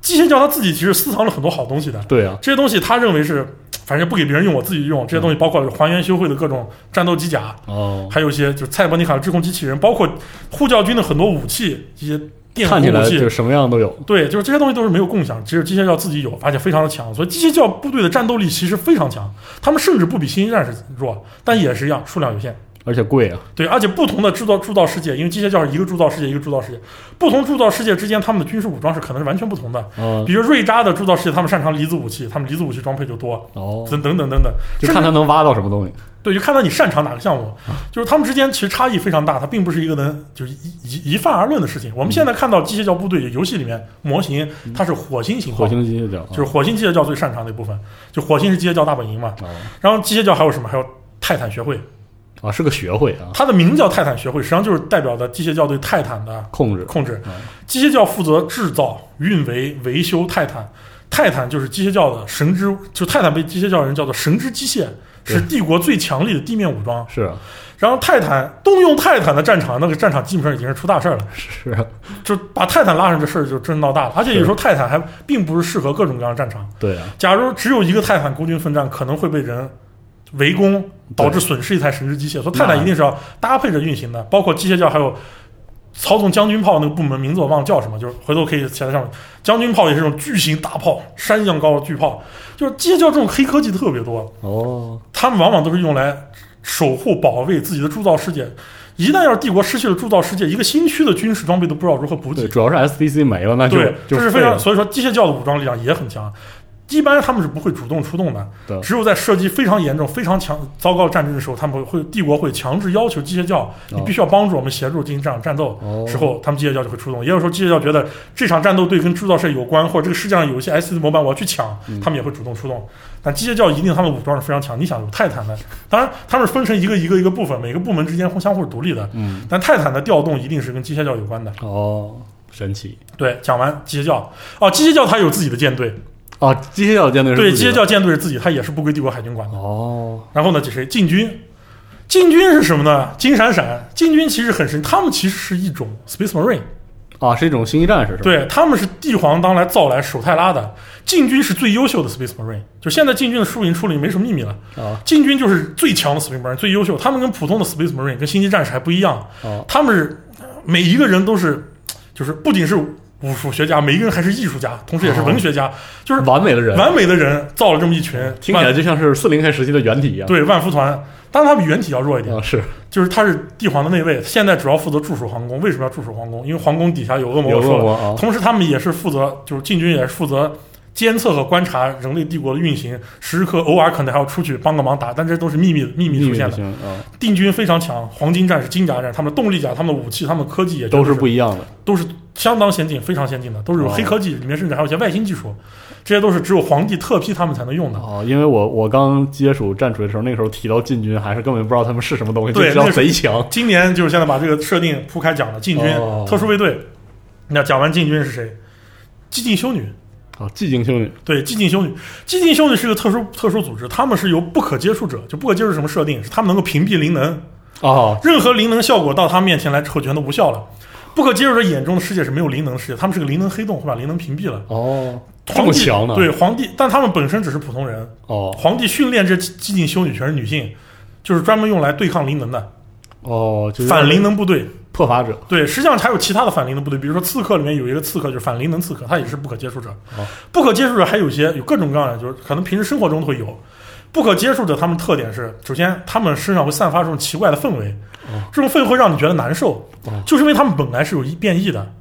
C: 机械教它自己其实私藏了很多好东西的，
B: 对啊，
C: 这些东西他认为是，反正不给别人用，我自己用。
B: 嗯
C: 这些东西包括还原修会的各种战斗机甲，
B: 哦，
C: 还有一些就是蔡伯尼卡的制控机器人，包括护教军的很多武器，一些电
B: 看起
C: 子武
B: 来就
C: 器。
B: 什么样都有。
C: 对，就是这些东西都是没有共享，只有机械教自己有，而且非常的强。所以机械教部队的战斗力其实非常强，他们甚至不比星际战士弱，但也是一样，数量有限。
B: 而且贵啊，
C: 对，而且不同的铸造铸造世界，因为机械教是一个铸造世界，一个铸造世界，不同铸造世界之间他们的军事武装是可能是完全不同的。
B: 嗯，
C: 比如瑞扎的铸造世界，他们擅长离子武器，他们离子武器装配就多，
B: 哦，
C: 等等等等等，
B: 就看
C: 甚
B: 他
C: 至
B: 能挖到什么东西。
C: 对，就看他你擅长哪个项目，就是他们之间其实差异非常大，它并不是一个能就是一一一泛而论的事情。我们
B: 嗯
C: 现在看到机械教部队游戏里面模型，它是火星型号
B: 火，星机哦械脚
C: 就是火星机械教最擅长的一部分，就火星是机械教大本营嘛。
B: 哦
C: 然后机械教还有什么？还有泰坦学会，
B: 啊，是个学会啊，
C: 它的名叫泰坦学会，实际上就是代表的机械教对泰坦的
B: 控制
C: 控制
B: 嗯。
C: 机械教负责制造、运维、维修泰坦。泰坦就是机械教的神之，就泰坦被机械教人叫做神之机械，
B: 对
C: 是帝国最强力的地面武装。
B: 是啊，
C: 然后泰坦动用泰坦的战场，那个战场基本上已经是出大事儿了，
B: 是啊，
C: 就把泰坦拉上这事儿就真闹大了。而且有时候泰坦还并不是适合各种各样的战场。
B: 对啊，
C: 假如只有一个泰坦孤军奋战，可能会被人围攻，导致损失一台神之机械。所以泰坦一定是要搭配着运行的，包括机械教还有操纵将军炮那个部门名字我忘了叫什么，就是回头可以写在上面。将军炮也是这种巨型大炮，山一样高的巨炮，就是机械教这种黑科技特别多，
B: 哦，
C: 他们往往都是用来守护、保卫自己的铸造世界。一旦要是帝国失去了铸造世界，一个新区的军事装备都不知道如何补
B: 对，
C: 给。
B: 主要是 SDC 没了，那就
C: 对，
B: 就
C: 这是
B: 废
C: 非
B: 了
C: 常，所以说机械教的武装力量也很强。一般他们是不会主动出动
B: 对
C: 的，只有在射击非常严重、非常强、糟糕的战争的时候，他们会会帝国会强制要求机械教，你必须要帮助我们协助进行这场战斗。
B: 哦
C: 时候，他们机械教就会出动。也有时候机械教觉得这场战斗队跟制造社有关，或者这个世界上有一些 S 模板我要去抢，
B: 嗯
C: 他们也会主动出动。但机械教一定他们武装是非常强，你想有泰坦的，当然他们是分成一个一个一个部分，每个部门之间互相互独立的。
B: 嗯，
C: 但泰坦的调动一定是跟机械教有关的。
B: 哦，神奇
C: 对，讲完机械教，哦，机械教它有自己的舰队，
B: 啊！机械教舰队是
C: 对，
B: 自己
C: 机
B: 的
C: 械教舰队是自己，它也是不归帝国海军管的。
B: 哦，
C: 然后呢，这谁禁军？禁军是什么呢？金闪闪，禁军其实很神，他们其实是一种 Space Marine，
B: 啊，是一种星际战士是吧？
C: 对，他们是帝皇当来造来守泰拉的。禁军是最优秀的 Space Marine，就现在禁军的书已经出了，也没什么秘密了。
B: 啊，
C: 禁军就是最强的 Space Marine，最优秀。他们跟普通的 Space Marine 跟星际战士还不一样，
B: 哦
C: 他们是每一个人都是，就是不仅是武术学家，每一个人还是艺术家，同时也是文学家，就是
B: 完美的人，
C: 完美的人造了这么一群，
B: 听起来
C: 万
B: 就像是四零 K 时期的原体一样。
C: 对万夫团。当然，他比原体要弱一点，
B: 啊，是
C: 就是他是帝皇的内卫，现在主要负责驻守皇宫。为什么要驻守皇宫？因为皇宫底下有恶魔，
B: 有
C: 我说
B: 恶
C: 了
B: 魔啊，
C: 同时，他们也是负责，就是禁军也是负责监测和观察人类帝国的运行，时时刻偶尔可能还要出去帮个忙打，但这都是秘密秘密出现的。
B: 行啊，
C: 定军非常强，黄金战士、金甲战士，他们的动力甲、他们的武器、他们的科技也
B: 都
C: 是
B: 是不一样的。
C: 都是相当先进、非常先进的，都是有
B: 哦
C: 黑科技，里面甚至还有一些外星技术，这些都是只有皇帝特批他们才能用的。
B: 哦，因为我我刚接触战锤的时候，那个时候提到禁军，还是根本不知道他们是什么东西，就
C: 对
B: 知道
C: 那是
B: 贼强。
C: 今年就是现在把这个设定铺开讲了，禁军、
B: 哦
C: 特殊卫队。那讲完禁军是谁？寂静修女。
B: 啊，寂静修女
C: 对，寂静修女，寂静修女是个特殊特殊组织，他们是由不可接触者，就不可接触什么设定，是他们能够屏蔽灵能，
B: 啊，
C: 任何灵能效果到他面前来之后全都无效了。不可接触者眼中的世界是没有灵能的世界，他们是个灵能黑洞，会把灵能屏蔽了。
B: 哦，这
C: 皇
B: 么
C: 帝
B: 强呢？
C: 对，皇帝，但他们本身只是普通人。
B: 哦
C: 皇帝训练这寂静修女全是女性，就是专门用来对抗灵能的
B: 哦，就是
C: 反灵能部队。
B: 破法者
C: 对，实际上还有其他的反灵能部队，比如说刺客里面有一个刺客就是反灵能刺客，他也是不可接触者。
B: 哦
C: 不可接触者还有一些有各种各样的，就是可能平时生活中都会有。不可接触者他们特点是，首先他们身上会散发这种奇怪的氛围，
B: 哦
C: 这种氛围会让你觉得难受，
B: 哦
C: 就是因为他们本来是有一变异的。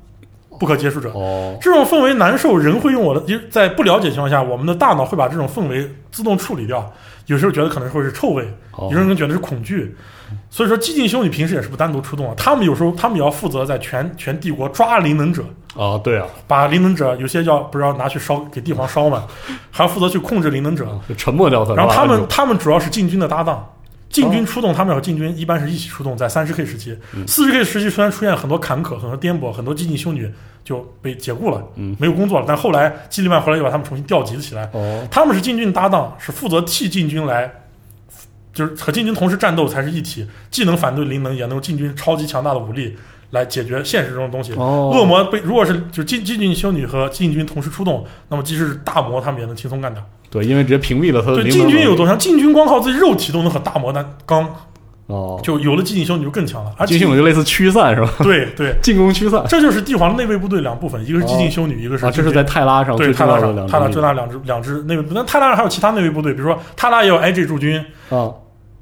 C: 不可接触者，
B: 哦
C: 这种氛围难受，人会用我的，因为在不了解情况下，我们的大脑会把这种氛围自动处理掉。有时候觉得可能会是臭味，
B: 哦
C: 有时候觉得是恐惧。所以说，激进兄弟平时也是不单独出动啊，他们有时候他们也要负责在全全帝国抓灵能者，哦
B: 啊，对啊，
C: 把灵能者有些要不是要拿去烧给帝皇烧嘛，还要负责去控制灵能者。
B: 就沉默掉他。
C: 然后
B: 是吧
C: 他们他们主要是禁军的搭档。禁
B: 哦
C: 军出动，他们和禁军一般是一起出动，在三十 K 时期、
B: 嗯
C: 四十 K 时期虽然出现很多坎坷、很多颠簸，很多激进修女就被解雇了，
B: 嗯
C: 没有工作了。但后来基利曼回来又把他们重新调集了起来。
B: 哦
C: 他们是禁军搭档，是负责替禁军来，就是和禁军同时战斗才是一体，既能反对灵能，也能用禁军超级强大的武力来解决现实中的东西。
B: 哦，
C: 恶魔被如果是就禁禁军修女和禁军同时出动，那么即使是大魔，他们也能轻松干掉。
B: 对，因为直接屏蔽了他的
C: 对，
B: 灵
C: 禁
B: 能
C: 军有
B: 能力
C: 多强？禁军光靠自己肉体都能和大魔单刚，
B: 哦，
C: 就有了禁军修女就更强了。而
B: 进
C: 且
B: 行就类似驱散是吧？
C: *laughs* 对
B: *laughs*
C: 对，
B: 进攻驱散
C: 这就是帝皇内卫部队两部分，一个是激进修女，一个是
B: 哦啊，这是在泰拉上
C: 对
B: 最
C: 泰
B: 重
C: 拉
B: 要的两
C: 上
B: 支
C: 泰拉
B: 力
C: 最大两支两支内卫部队，但泰拉上还有其他内卫部队，比如说泰拉也有 IG 驻军，
B: 啊，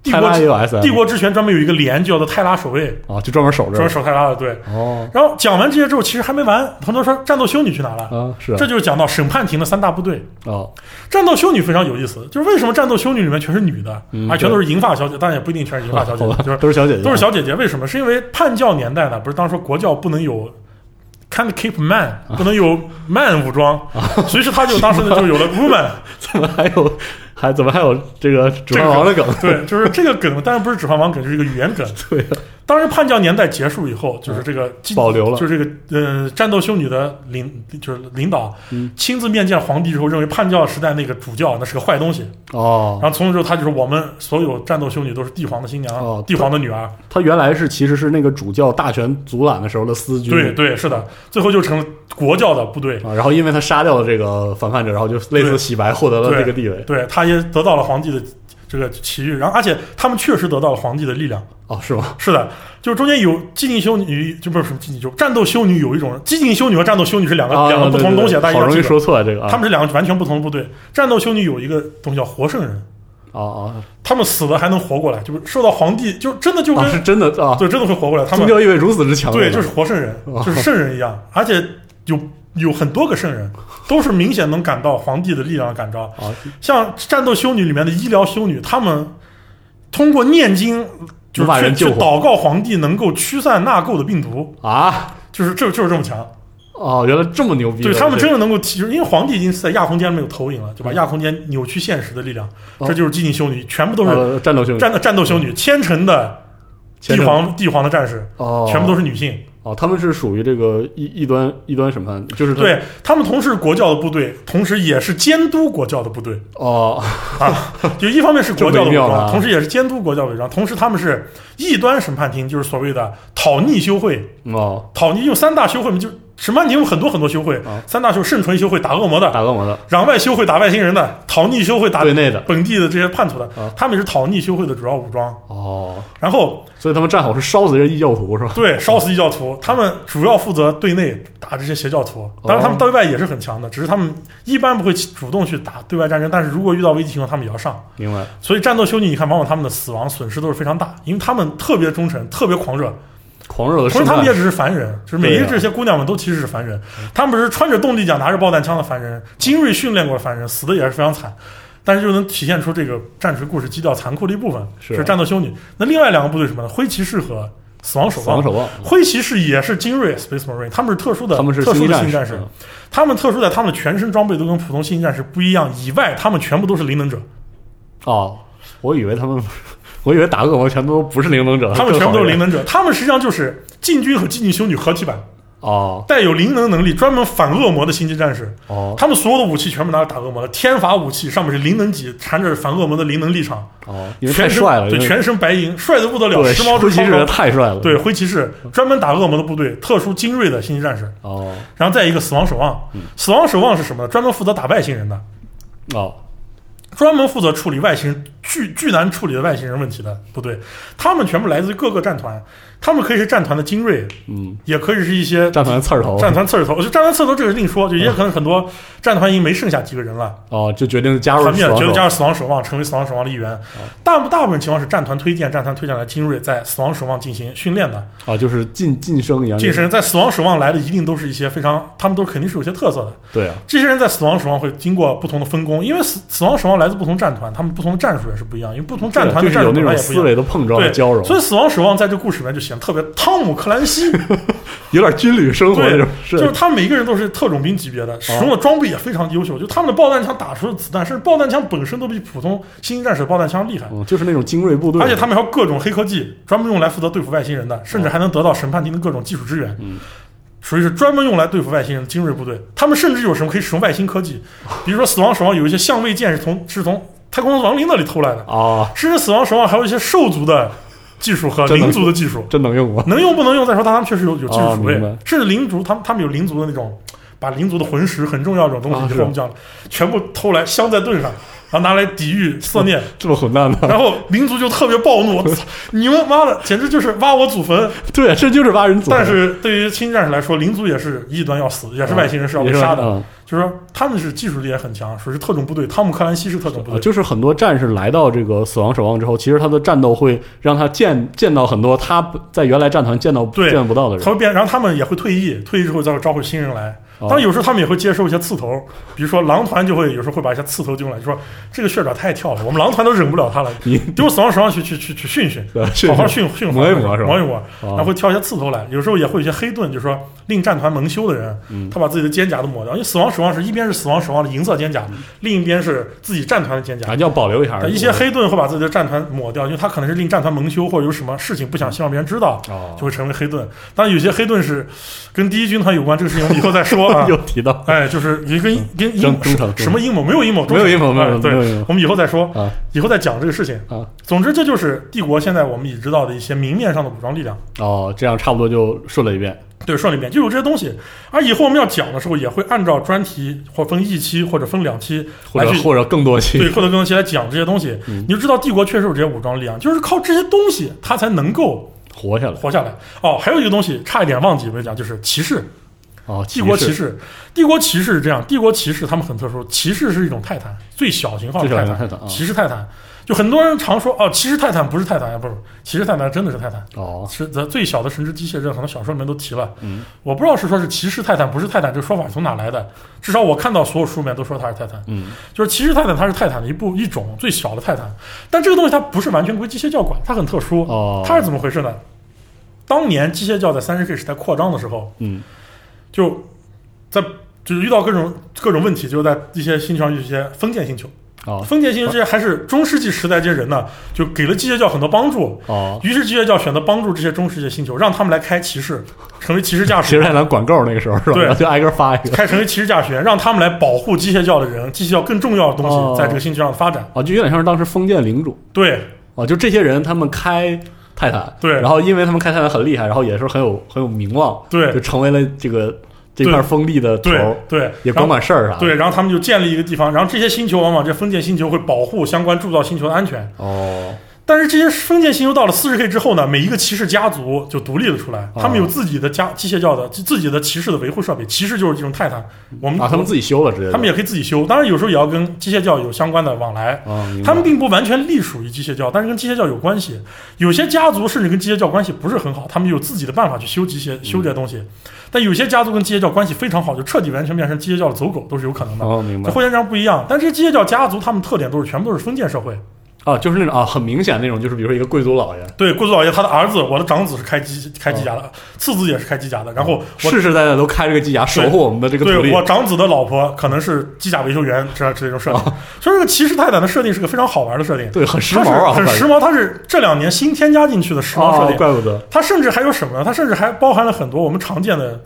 C: 帝
B: 泰
C: 国
B: 拉也
C: 之
B: 有啊 S
C: 帝国之泉专门有一个连叫做泰拉守卫，
B: 啊，就专门守
C: 专门
B: 着
C: 守泰拉的队。
B: 哦
C: 然后讲完这些之后，其实还没完，很多人说战斗修女去哪了？
B: 啊是啊
C: 这就是讲到审判庭的三大部队。
B: 哦
C: 战斗修女非常有意思，就是为什么战斗修女里面全是女的，
B: 嗯
C: 啊，全都是银发小姐，当然也不一定全是银发小姐
B: 好，吧
C: 就是
B: 都是小姐姐啊
C: 都是小姐姐。为什么？是因为叛教年代呢，不是当时说国教不能有 can't keep man，不能有 man 武装，
B: 啊
C: 所以说他就当时就有了 woman。
B: 怎么 *laughs* 还有还怎么还有这个指环王的梗
C: *laughs* 对，就是这个梗，当然不是《指环王》梗，就是一个语言梗。
B: *laughs* 对啊
C: 当时叛教年代结束以后，就是这个
B: *laughs*
C: 进
B: 保留了
C: 就是这个呃战斗修女的领就是领导
B: 嗯
C: 亲自面见皇帝之后，认为叛教时代那个主教那是个坏东西，
B: 哦，
C: 然后从此之后，她就是我们所有战斗修女都是帝皇的新娘，
B: 哦
C: 帝皇的女儿。
B: 他原来是其实是那个主教大权阻拦的时候的司军
C: 对对，是的，最后就成了国教的部队。
B: 啊，然后因为他杀掉了这个反叛者，然后就类似
C: 对
B: 洗白获得了这个地位
C: 对，她也得到了皇帝的这个奇遇，然后而且他们确实得到了皇帝的力量。
B: 哦是吗？
C: 是的，就是中间有寂静修女，就不是什么寂静修，战斗修女有一种寂静修女和战斗修女是两个、
B: 啊
C: 两个不
B: 对
C: 同的
B: 对
C: 东西，
B: 对
C: 大
B: 好
C: 家要
B: 容
C: 记
B: 易
C: 住。
B: 说错啊这个啊
C: 他们是两个完全不同的部队。战斗修女有一个东西叫活圣人，
B: 哦哦，
C: 他们死了还能活过来，就是受到皇帝，就真的就跟、
B: 啊是真的啊，
C: 对，真的会活过来。他
B: 宗
C: 们
B: 教意味如此之强烈
C: 对，
B: 吗，
C: 就是活圣人，
B: 哦
C: 就是圣人一样，而且有有很多个圣人，都是明显能感到皇帝的力量的感召。
B: 啊，
C: 像《战斗修女》里面的医疗修女，她们通过念经，就
B: 能把
C: 是
B: 人
C: 去去
B: 救活
C: 祷告皇帝能够驱散纳垢的病毒，
B: 啊，
C: 就是这就是这么强。
B: 哦，原来这么牛逼的！
C: 对他们
B: 这
C: 真的能够提，就是因为皇帝已经是在亚空间里面有投影了，对吧？亚空间扭曲现实的力量，
B: 嗯哦
C: 这就是激进修女，全部都是
B: 呃战斗性
C: 战战斗修女，千城的
B: 虔
C: 帝
B: 诚
C: 皇帝皇的战士，
B: 哦，
C: 全部都是女性。
B: 哦，他们是属于这个异异端异端审判，就是他
C: 对他们同时是国教的部队，同时也是监督国教的部队
B: 哦
C: 啊。就一方面是国教
B: 这
C: 的伪
B: 微妙了啊
C: 装，同时也是监督国教的伪装，同时他们是异端审判厅，就是所谓的讨逆修会。
B: 哦，
C: 讨逆有三大修会嘛，就审判厅有很多很多修会
B: 啊，
C: 三大修圣纯修会打恶魔的，
B: 打恶魔的，
C: 攘外修会打外星人的，讨逆修会打
B: 对内的
C: 本地的这些叛徒的
B: 啊，
C: 他们也是讨逆修会的主要武装。
B: 哦，
C: 然后
B: 所以他们战吼是烧死人异教徒是吧？
C: 对烧死异教徒，他们主要负责对内打这些邪教
B: 哦
C: 徒，当然他们对外也是很强的，只是他们一般不会主动去打对外战争，但是如果遇到危机情况，他们也要上。
B: 明白
C: 所以战斗修女，你看往往他们的死亡损失都是非常大，因为他们特别忠诚，特别狂热，
B: 狂热的
C: 同
B: 审
C: 时他
B: 判
C: 们也只是凡人，就是每一
B: 对
C: 个
B: 啊
C: 这些姑娘们都其实是凡人，他们只是穿着动力甲、拿着爆弹枪的凡人，精锐训练过的凡人，死的也是非常惨。但是就能体现出这个战锤故事基调残酷的一部分，
B: 是啊
C: 是战斗修女。那另外两个部队是什么呢？灰骑士和死亡守
B: 死
C: 望
B: 亡。守望，
C: 灰骑士也是精锐 Space Marine，他们是特殊的，
B: 他们是
C: 特殊
B: 星际
C: 的
B: 战
C: 星际战士
B: 士，，啊
C: 他们特殊在他们的全身装备都跟普通星际战士不一样，以外他们全部都是灵能者，
B: 哦，我以为他们， *laughs* 我以为打恶魔全都不是灵能者，
C: 啊他们全部都是灵
B: 能
C: 能者，他们实际上就是禁军和禁忌修女合体版，
B: 哦
C: 带有灵能能力，专门反恶魔的星际战士。
B: 哦
C: 他们所有的武器全部拿来打恶魔的，天罚武器上面是灵能级，缠着反恶魔的灵能立场，
B: 哦，因为太
C: 全身
B: 帅了，
C: 对，
B: 因为
C: 全身白银，帅的不得了，
B: 对
C: 时髦
B: 灰
C: 之
B: 骑士
C: 超
B: 人
C: 高。
B: 太帅了，
C: 对，灰骑士专门打恶魔的部队，特殊精锐的星际战士。
B: 哦
C: 然后再一个死亡守望，
B: 嗯
C: 死亡守望是什么呢？专门负责打外星人的，
B: 哦
C: 专门负责处理外星人巨巨难处理的外星人问题的部队。他们全部来自于各个战团，他们可以是战团的精锐，
B: 嗯，
C: 也可以是一些
B: 战团刺儿头嗯
C: 战团刺儿头。就战团刺儿头这个另说，就也可能很多战团已经没剩下几个人了。
B: 哦，就决定加入
C: 团
B: 死
C: 灭了，
B: 亡
C: 觉得
B: 守
C: 加
B: 望
C: 入死亡守望，成为死亡守望的一员。
B: 嗯
C: 大部大部分情况是战团推荐，战团推荐来精锐在死亡守望进行训练的。
B: 哦，就是晋晋升一样，
C: 这些人在死亡守望来的一定都是一些非常，他们都肯定是有些特色的。
B: 对啊，
C: 这些人在死亡守望会经过不同的分工，因为死死亡守望来自不同战团，他们不同的战术也是不一样，因为不同战团
B: 就
C: 的
B: 是
C: 战
B: 有
C: 术
B: 那
C: 本来
B: 种
C: 也不一
B: 思
C: 样。
B: 维的碰撞和
C: 对，
B: 交融，
C: 所以死亡守望在这故事里面就显得特别汤姆克兰西，
B: 有点军旅 *laughs* 生活那
C: 对
B: 种，，
C: 就是他们每个人都是特种兵级别
B: 哦
C: 的，使用的装备也非常优秀，就他们的爆弹枪打出的子弹，甚至爆弹枪本身都比普通星际战士的爆弹枪厉害。
B: 嗯，就是那种精锐部队，
C: 而且他们还有各种黑科技，专门用来负责对付外星人的，甚至还能得到审判厅的各种技术支援。
B: 哦嗯
C: 属于是专门用来对付外星人的精锐部队。他们甚至有什么可以使用外星科技，
B: 哦
C: 比如说《死亡守望》有一些相位剑是从是从太空亡灵那里偷
B: *laughs*
C: 来的，
B: 啊，
C: 甚至《死亡守望》还有一些兽族的技术和
B: 真的
C: 灵族的技术，
B: 真能用吗？
C: 能用不能用再说，但他们确实有有技
B: 哦
C: 术储备，
B: 明白
C: 甚至灵族他们他们有灵族的那种。把灵族的魂石很重要这种东
B: 啊
C: 西，
B: 是
C: 就我们讲了，全部偷来镶在盾上，然后拿来抵御色念，
B: 这么混蛋的，
C: 然后民族就特别暴怒，我操，你们妈的，简直就是挖我祖坟！
B: *laughs* 对，啊这就是挖人组，
C: 但是对于新战士来说，灵族也是异端要死，也是外星人是要
B: 啊也
C: 被
B: 是
C: 杀的。
B: 嗯
C: 就是说他们是技术力也很强，属于是特种部队。汤姆克兰西是特种部
B: 啊，
C: 队，
B: 就是很多战士来到这个死亡守望之后，其实他的战斗会让他见见到很多他不在原来战团见到
C: 对
B: 见不到的
C: 他
B: 人。
C: 会变，然后他们也会退役，退役之后再招回新人来。
B: 哦
C: 当然有时候他们也会接受一些刺头，比如说狼团就会有时候会把一些刺头丢过来，就说这个血爪太跳了，我们狼团都忍不了他了，
B: 你
C: 丢死亡手上去去去去训训，
B: 对训训
C: 好好训训
B: 磨一磨是吧
C: 磨一磨，
B: 啊
C: 然后会挑一些刺头来，有时候也会有一些黑盾，就是说令战团蒙羞的人，他把自己的肩甲都抹掉，因为死亡守望是一边是死亡守望的银色肩甲，另一边是自己战团的肩甲
B: 还。叫保留一下
C: 但一些黑盾会把自己的战团抹掉，因为他可能是令战团蒙羞，或者有什么事情不想希望别人知道，
B: 哦。
C: 就会成为黑盾。当然，有些黑盾是跟第一军团有关，这个事情我们以后再说啊
B: *laughs* 又提到
C: 哎，就是一跟
B: 嗯
C: 跟阴
B: 中
C: 谋
B: 中场
C: 什么阴谋？没有阴谋，
B: 没有阴谋
C: 中场
B: 没有
C: 对
B: 没有阴谋，
C: 我们以后再说
B: 啊，
C: 以后再讲这个事情
B: 啊。
C: 总之，这就是帝国现在我们已知道的一些明面上的武装力量。
B: 哦，这样差不多就顺了一遍。
C: 对，顺里面就有这些东西。而以后我们要讲的时候，也会按照专题或分一期或者分两期
B: 或
C: 来
B: 者嗯
C: 去
B: 或者更多
C: 对
B: 期，
C: 获得更新来讲这些东西。你就知道帝国确实有这些武装力量，就是靠这些东西，它才能够
B: 活下来
C: 活下来。哦，还有一个东西差一点忘记没讲，就是骑士。
B: 哦，
C: 帝国骑
B: 骑士
C: 士，帝国骑士是这样，帝国骑士他们很特殊，骑士是一种泰坦，最小型号的
B: 最小
C: 泰
B: 型
C: 坦，
B: 泰坦啊
C: 骑士泰坦。就很多人常说哦，其实泰坦不是泰坦哎呀，不是，其实泰坦真的是泰坦。
B: 哦，
C: 是咱最小的神之机械刃，可能小说里面都提了。
B: 嗯，
C: 我不知道是说是骑士泰坦不是泰坦这个说法从哪来的，至少我看到所有书里面都说它是泰坦。
B: 嗯，
C: 就是骑士泰坦它是泰坦的一部一种最小的泰坦，但这个东西它不是完全归机械教管，它很特殊。
B: 哦，
C: 嗯它是怎么回事呢？当年机械教在三十 K 时代扩张的时候，
B: 嗯
C: 就在就是遇到各种各种问题，就在一些星球上有一些封建星球，
B: 哦
C: 封建星球这些还是中世纪时代这些人呢，就给了机械教很多帮助。
B: 哦，
C: 于是机械教选择帮助这些中世纪星球，让他们来开骑士，成为骑士驾
B: 其实
C: 驶
B: 还
C: 员，
B: 咱管够那个时候是吧？
C: 对
B: 然后 *laughs* 就挨个发一个。
C: 开成为骑士驾驶员，让他们来保护机械教的人，机械教更重要的东
B: 哦
C: 西在这个星球上发展。
B: 哦，就有点像是当时封建领主
C: 对
B: 哦，就这些人他们开泰坦，
C: 对
B: 然后因为他们开泰坦很厉害，然后也是很有很有名望，就
C: 对
B: 成为了这个这块封地的头儿，
C: 对对，
B: 哦也
C: 然
B: 管
C: 后
B: 管事儿啥的。
C: 对，然后他们就建立一个地方，然后这些星球往往这封建星球会保护相关铸造星球的安全。
B: 哦，
C: 但是这些封建星球到了四十 K 之后呢，每一个骑士家族就独立了出来，
B: 啊
C: 他们有自己的家机械教的自己的骑士的维护设备，骑士就是这种泰坦，我们
B: 啊，他们自己修了直接就。
C: 他们也可以自己修，当然有时候也要跟机械教有相关的往来。
B: 哦明白
C: 他们并不完全隶属于机械教，但是跟机械教有关系。有些家族甚至跟机械教关系不是很好，他们有自己的办法去修机械、
B: 嗯
C: 修这些东西。但有些家族跟机械教关系非常好，就彻底完全变成机械教的走狗都是有可能的。
B: 哦明
C: 这
B: 白
C: 会员章不一样，但是机械教家族他们特点都是全部都是封建社会。
B: 啊，就是那种啊，很明显那种，就是比如说一个贵族老爷，
C: 对，顾子老爷他的儿子，我的长子是开机开机
B: 哦
C: 甲的，次子也是开机甲的。然后我
B: 世世代代都开这个机甲，守护我们的哦这个土
C: 对
B: 地
C: 我。长子的老婆可能是机甲维修员，这样这种设定。所以这个骑士泰坦的设定是个非常好玩的设定，
B: 哦对，很时
C: 它
B: 髦
C: 是
B: 啊，
C: 很
B: 我感
C: 时
B: 觉
C: 髦。它是这两年新添加进去的时髦设
B: 哦，
C: 定。
B: 怪不得
C: 它甚至还有什么呢？它甚至还包含了很多我们常见的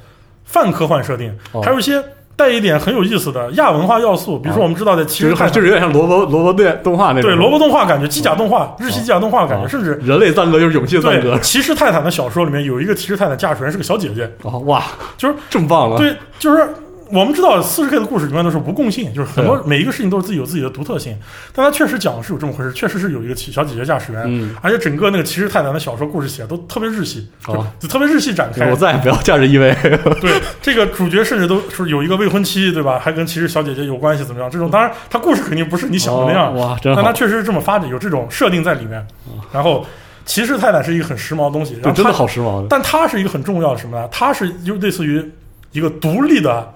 C: 泛科幻设定，
B: 哦
C: 还有一些带一点很有意思的亚文化要素。比如说，
B: 哦
C: 我们知道的骑
B: 就是
C: 士泰坦，
B: 就是哦有点像萝卜萝卜队动画那种。
C: 对萝卜动画感觉、机甲动画、日系机甲动画感觉，
B: 啊
C: 甚至
B: 人类赞歌就是勇气的赞歌
C: 对。骑士泰坦的小说里面有一个骑士泰坦驾驶员是个小姐姐，
B: 哦，哇，
C: 就是
B: 这么棒啊！
C: 对，就是我们知道四十 K 的故事里面都是无共性，就是很多
B: 对啊
C: 每一个事情都是自己有自己的独特性，但它确实讲的是有这么回事，确实是有一个骑小姐姐驾驶员，
B: 嗯
C: 而且整个那个骑士泰坦的小说故事写的都特别日系，就
B: 哦
C: 就特别日系展开
B: 我。再也不要驾驶 EV
C: 对，这个主角甚至都是有一个未婚妻，对吧？还跟骑士小姐姐有关系，怎么样？这种当然，他故事肯定不是你想的那样，
B: 哦哇，真
C: 但他
B: 好，
C: 确实是这么发展，有这种设定在里面。然后，骑士泰坦是一个很时髦的东西，然后
B: 哦对，真的
C: 它
B: 好时髦的，
C: 但它是一个很重要的什么呢？它是就类似于一个独立的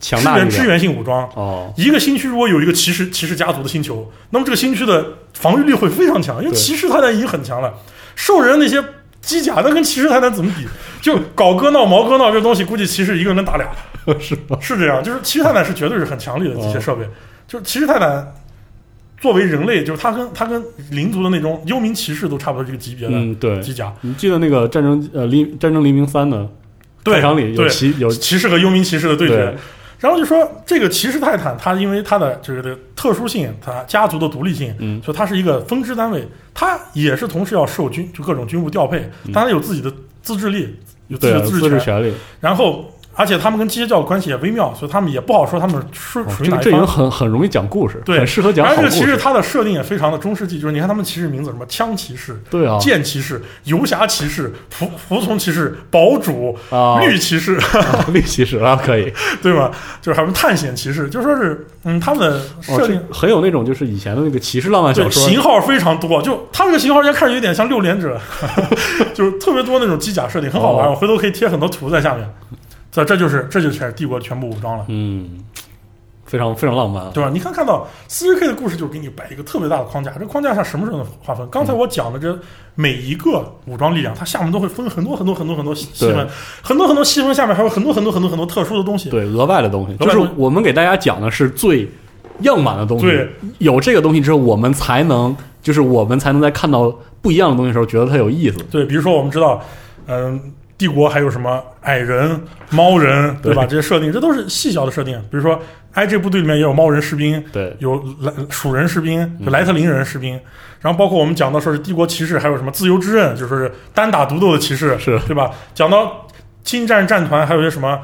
B: 强
C: 支
B: 大
C: 援
B: 一
C: 支
B: 点。
C: 援性武装。
B: 哦，
C: 一个新区如果有一个骑士骑士家族的星球，那么这个新区的防御力会非常强，因为
B: 对
C: 骑士泰坦已经很强了，兽人那些机甲那跟骑士泰坦怎么比？就搞割闹、毛割闹这东西，估计骑士一个人能打俩，
B: *laughs* 是吧？
C: 是这样。就是骑士泰坦是绝对是很强力的
B: 哦
C: 机械设备，就是骑士泰坦。作为人类，就是他跟他跟灵族的那种幽冥骑士都差不多这个级别的
B: 嗯，对。
C: 机甲，
B: 你记得那个战争呃黎战争黎明三呢？
C: 对
B: 开场里有
C: 对
B: 骑有
C: 骑士和幽冥骑士的对决。
B: 对
C: 然后就说这个骑士泰坦，它因为它的这个的特殊性，它家族的独立性，
B: 嗯
C: 所以它是一个分支单位，它也是同时要受军就各种军务调配，但它有自己的自治力，有自
B: 嗯对
C: 己
B: 啊
C: 的
B: 自
C: 治
B: 治
C: 权。
B: 权利，
C: 然后，而且他们跟机械教的关系也微妙，所以他们也不好说他们是
B: 哦
C: 属于
B: 这个
C: 哪
B: 阵
C: 一
B: 营
C: 方。
B: 很很容易讲故事，
C: 对
B: 很适合讲
C: 然
B: 好
C: 后
B: 故
C: 这个骑士
B: 事。
C: 它的设定也非常的中世纪，就是你看他们骑士名字什么枪骑士、
B: 对啊，
C: 剑骑士、游侠骑士、服服从骑士、堡主、
B: 啊，
C: 绿骑士，
B: 啊 *laughs* 绿骑士啊，可
C: *laughs*
B: 以，
C: 对吧？就是还有什么探险骑士，就说是嗯，他们的
B: 哦，
C: 设
B: 这
C: 定、
B: 很有那种就是以前的那个骑士浪漫小
C: 对
B: 说，
C: 型号非常多，就他们这个型号现在看着有点像六连者， *laughs* 就是特别多那种机甲设定，很好玩。
B: 哦
C: 我回头可以贴很多图在下面。这这就是这就开始帝国全部武装了，
B: 嗯，非常非常浪漫啊。
C: 对吧？你看看到四十 K 的故事，就给你摆一个特别大的框架，这框架下什么时候能划分？刚才
B: 嗯
C: 我讲的这每一个武装力量，它下面都会分很多很多很多很多细细分
B: 对，
C: 很多很多细分下面还有很多很多很多很多特殊的东西。
B: 对，额外的东西，就
C: 额外的
B: 是
C: 东西
B: 我们给大家讲的是最样板的东西。
C: 对，
B: 有这个东西之后，我们才能，就是我们才能在看到不一样的东西的时候，觉得它有意思。
C: 对，比如说我们知道，嗯、帝国还有什么矮人、猫人，对吧？这些设定，这都是细小的设定。比如说 IG 部队里面也有猫人士兵，
B: 对，
C: 有莱鼠人士兵，有莱特林人士兵。然后包括我们讲到说是帝国骑士，还有什么自由之刃，就是说是单打独斗的骑士，
B: 是
C: 对吧？讲到近战战团，还有些什么。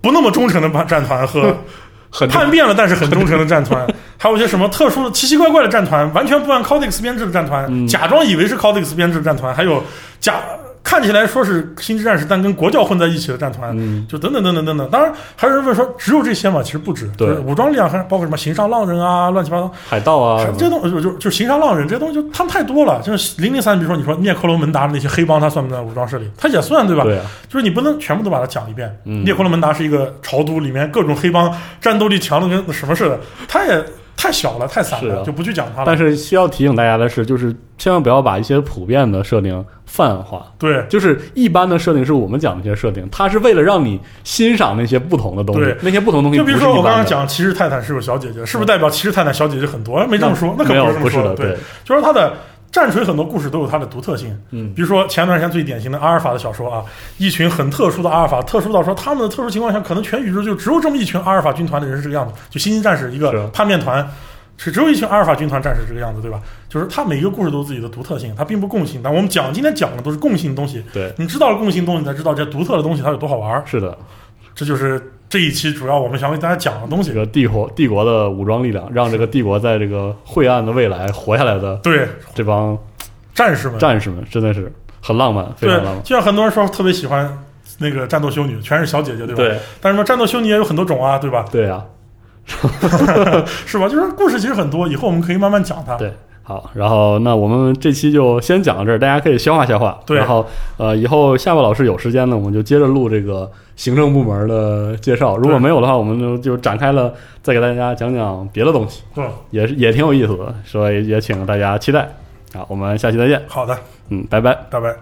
C: 不那么忠诚的战团和
B: *laughs* 很
C: 叛变了但是很忠诚的战
B: *laughs*
C: 团，还有一些什么特殊的奇奇怪怪的
B: 嗯
C: 战团，完全不按 Codex 编制的战团，假装以为是 Codex 编制的战团，还有假看起来说是星际战士，但跟国教混在一起的战团，
B: 嗯，
C: 就等等等等等等。当然，还有人问说只有这些吗？其实不止，
B: 对
C: 就是武装力量还包括什么行商浪人啊，乱七八糟，
B: 海盗啊，什么
C: 这东就就就行商浪人这些东西就他们太多了。就是零零三，比如说你说涅克罗门达那些黑帮，他算不算武装势力？他也算对吧？
B: 对啊，
C: 就是你不能全部都把它讲一遍。
B: 嗯
C: 涅克罗门达是一个朝都，里面各种黑帮战斗力强的跟什么似的，他也太小了，太散
B: 是
C: 了，
B: 啊
C: 就不去讲他了。
B: 但是需要提醒大家的是，就是千万不要把一些普遍的设定泛化。
C: 对
B: 就是一般的设定是我们讲的这些设定，它是为了让你欣赏那些不同的东西
C: 对，
B: 那些不同的东西
C: 就
B: 不
C: 比
B: 是
C: 如
B: 一般的。
C: 说我刚刚讲骑士泰坦是有小姐姐，是不是代表骑士泰坦小姐姐很多？没这么说，那可
B: 没有
C: 是这
B: 不
C: 么
B: 是
C: 说
B: 的，
C: 对，，就是它的战锤很多故事都有它的独特性。
B: 嗯
C: 比如说前段时间最典型的阿尔法的小说啊，一群很特殊的阿尔法，特殊到说他们的特殊情况下，可能全宇宙就只有这么一群阿尔法军团的人是这个样子，就星际战士一
B: 是
C: 个叛变团。是只有一群阿尔法军团战士这个样子，对吧？就是它每一个故事都有自己的独特性，它并不共性。但我们讲今天讲的都是共性的东西，
B: 对，
C: 你知道了共性东西，你才知道这独特的东西它有多好玩儿。
B: 是的，
C: 这就是这一期主要我们想给大家讲的东西
B: 这。个帝国帝国的武装力量，让这个帝国在这个晦暗的未来活下来的
C: 对，
B: 这帮
C: 战士们，
B: 战士们，真的是很浪漫，非
C: 对
B: 常浪，漫。
C: 就像很多人说特别喜欢那个战斗修女，全是小姐姐，对吧？
B: 对
C: 但是说战斗修女也有很多种啊，对吧？
B: 对啊，
C: 是吧？就是故事其实很多，以后我们可以慢慢讲它。
B: 对，好，然后那我们这期就先讲到这儿，大家可以消化消化。
C: 对
B: 然后呃，以后夏巴老师有时间呢，我们就接着录这个行政部门的介绍；如果
C: 对
B: 没有的话，我们就就展开了，再给大家讲讲别的东西，
C: 嗯，
B: 也是也挺有意思的，所以也请大家期待。好，我们下期再见。
C: 好的，
B: 嗯，拜拜。
C: 拜拜。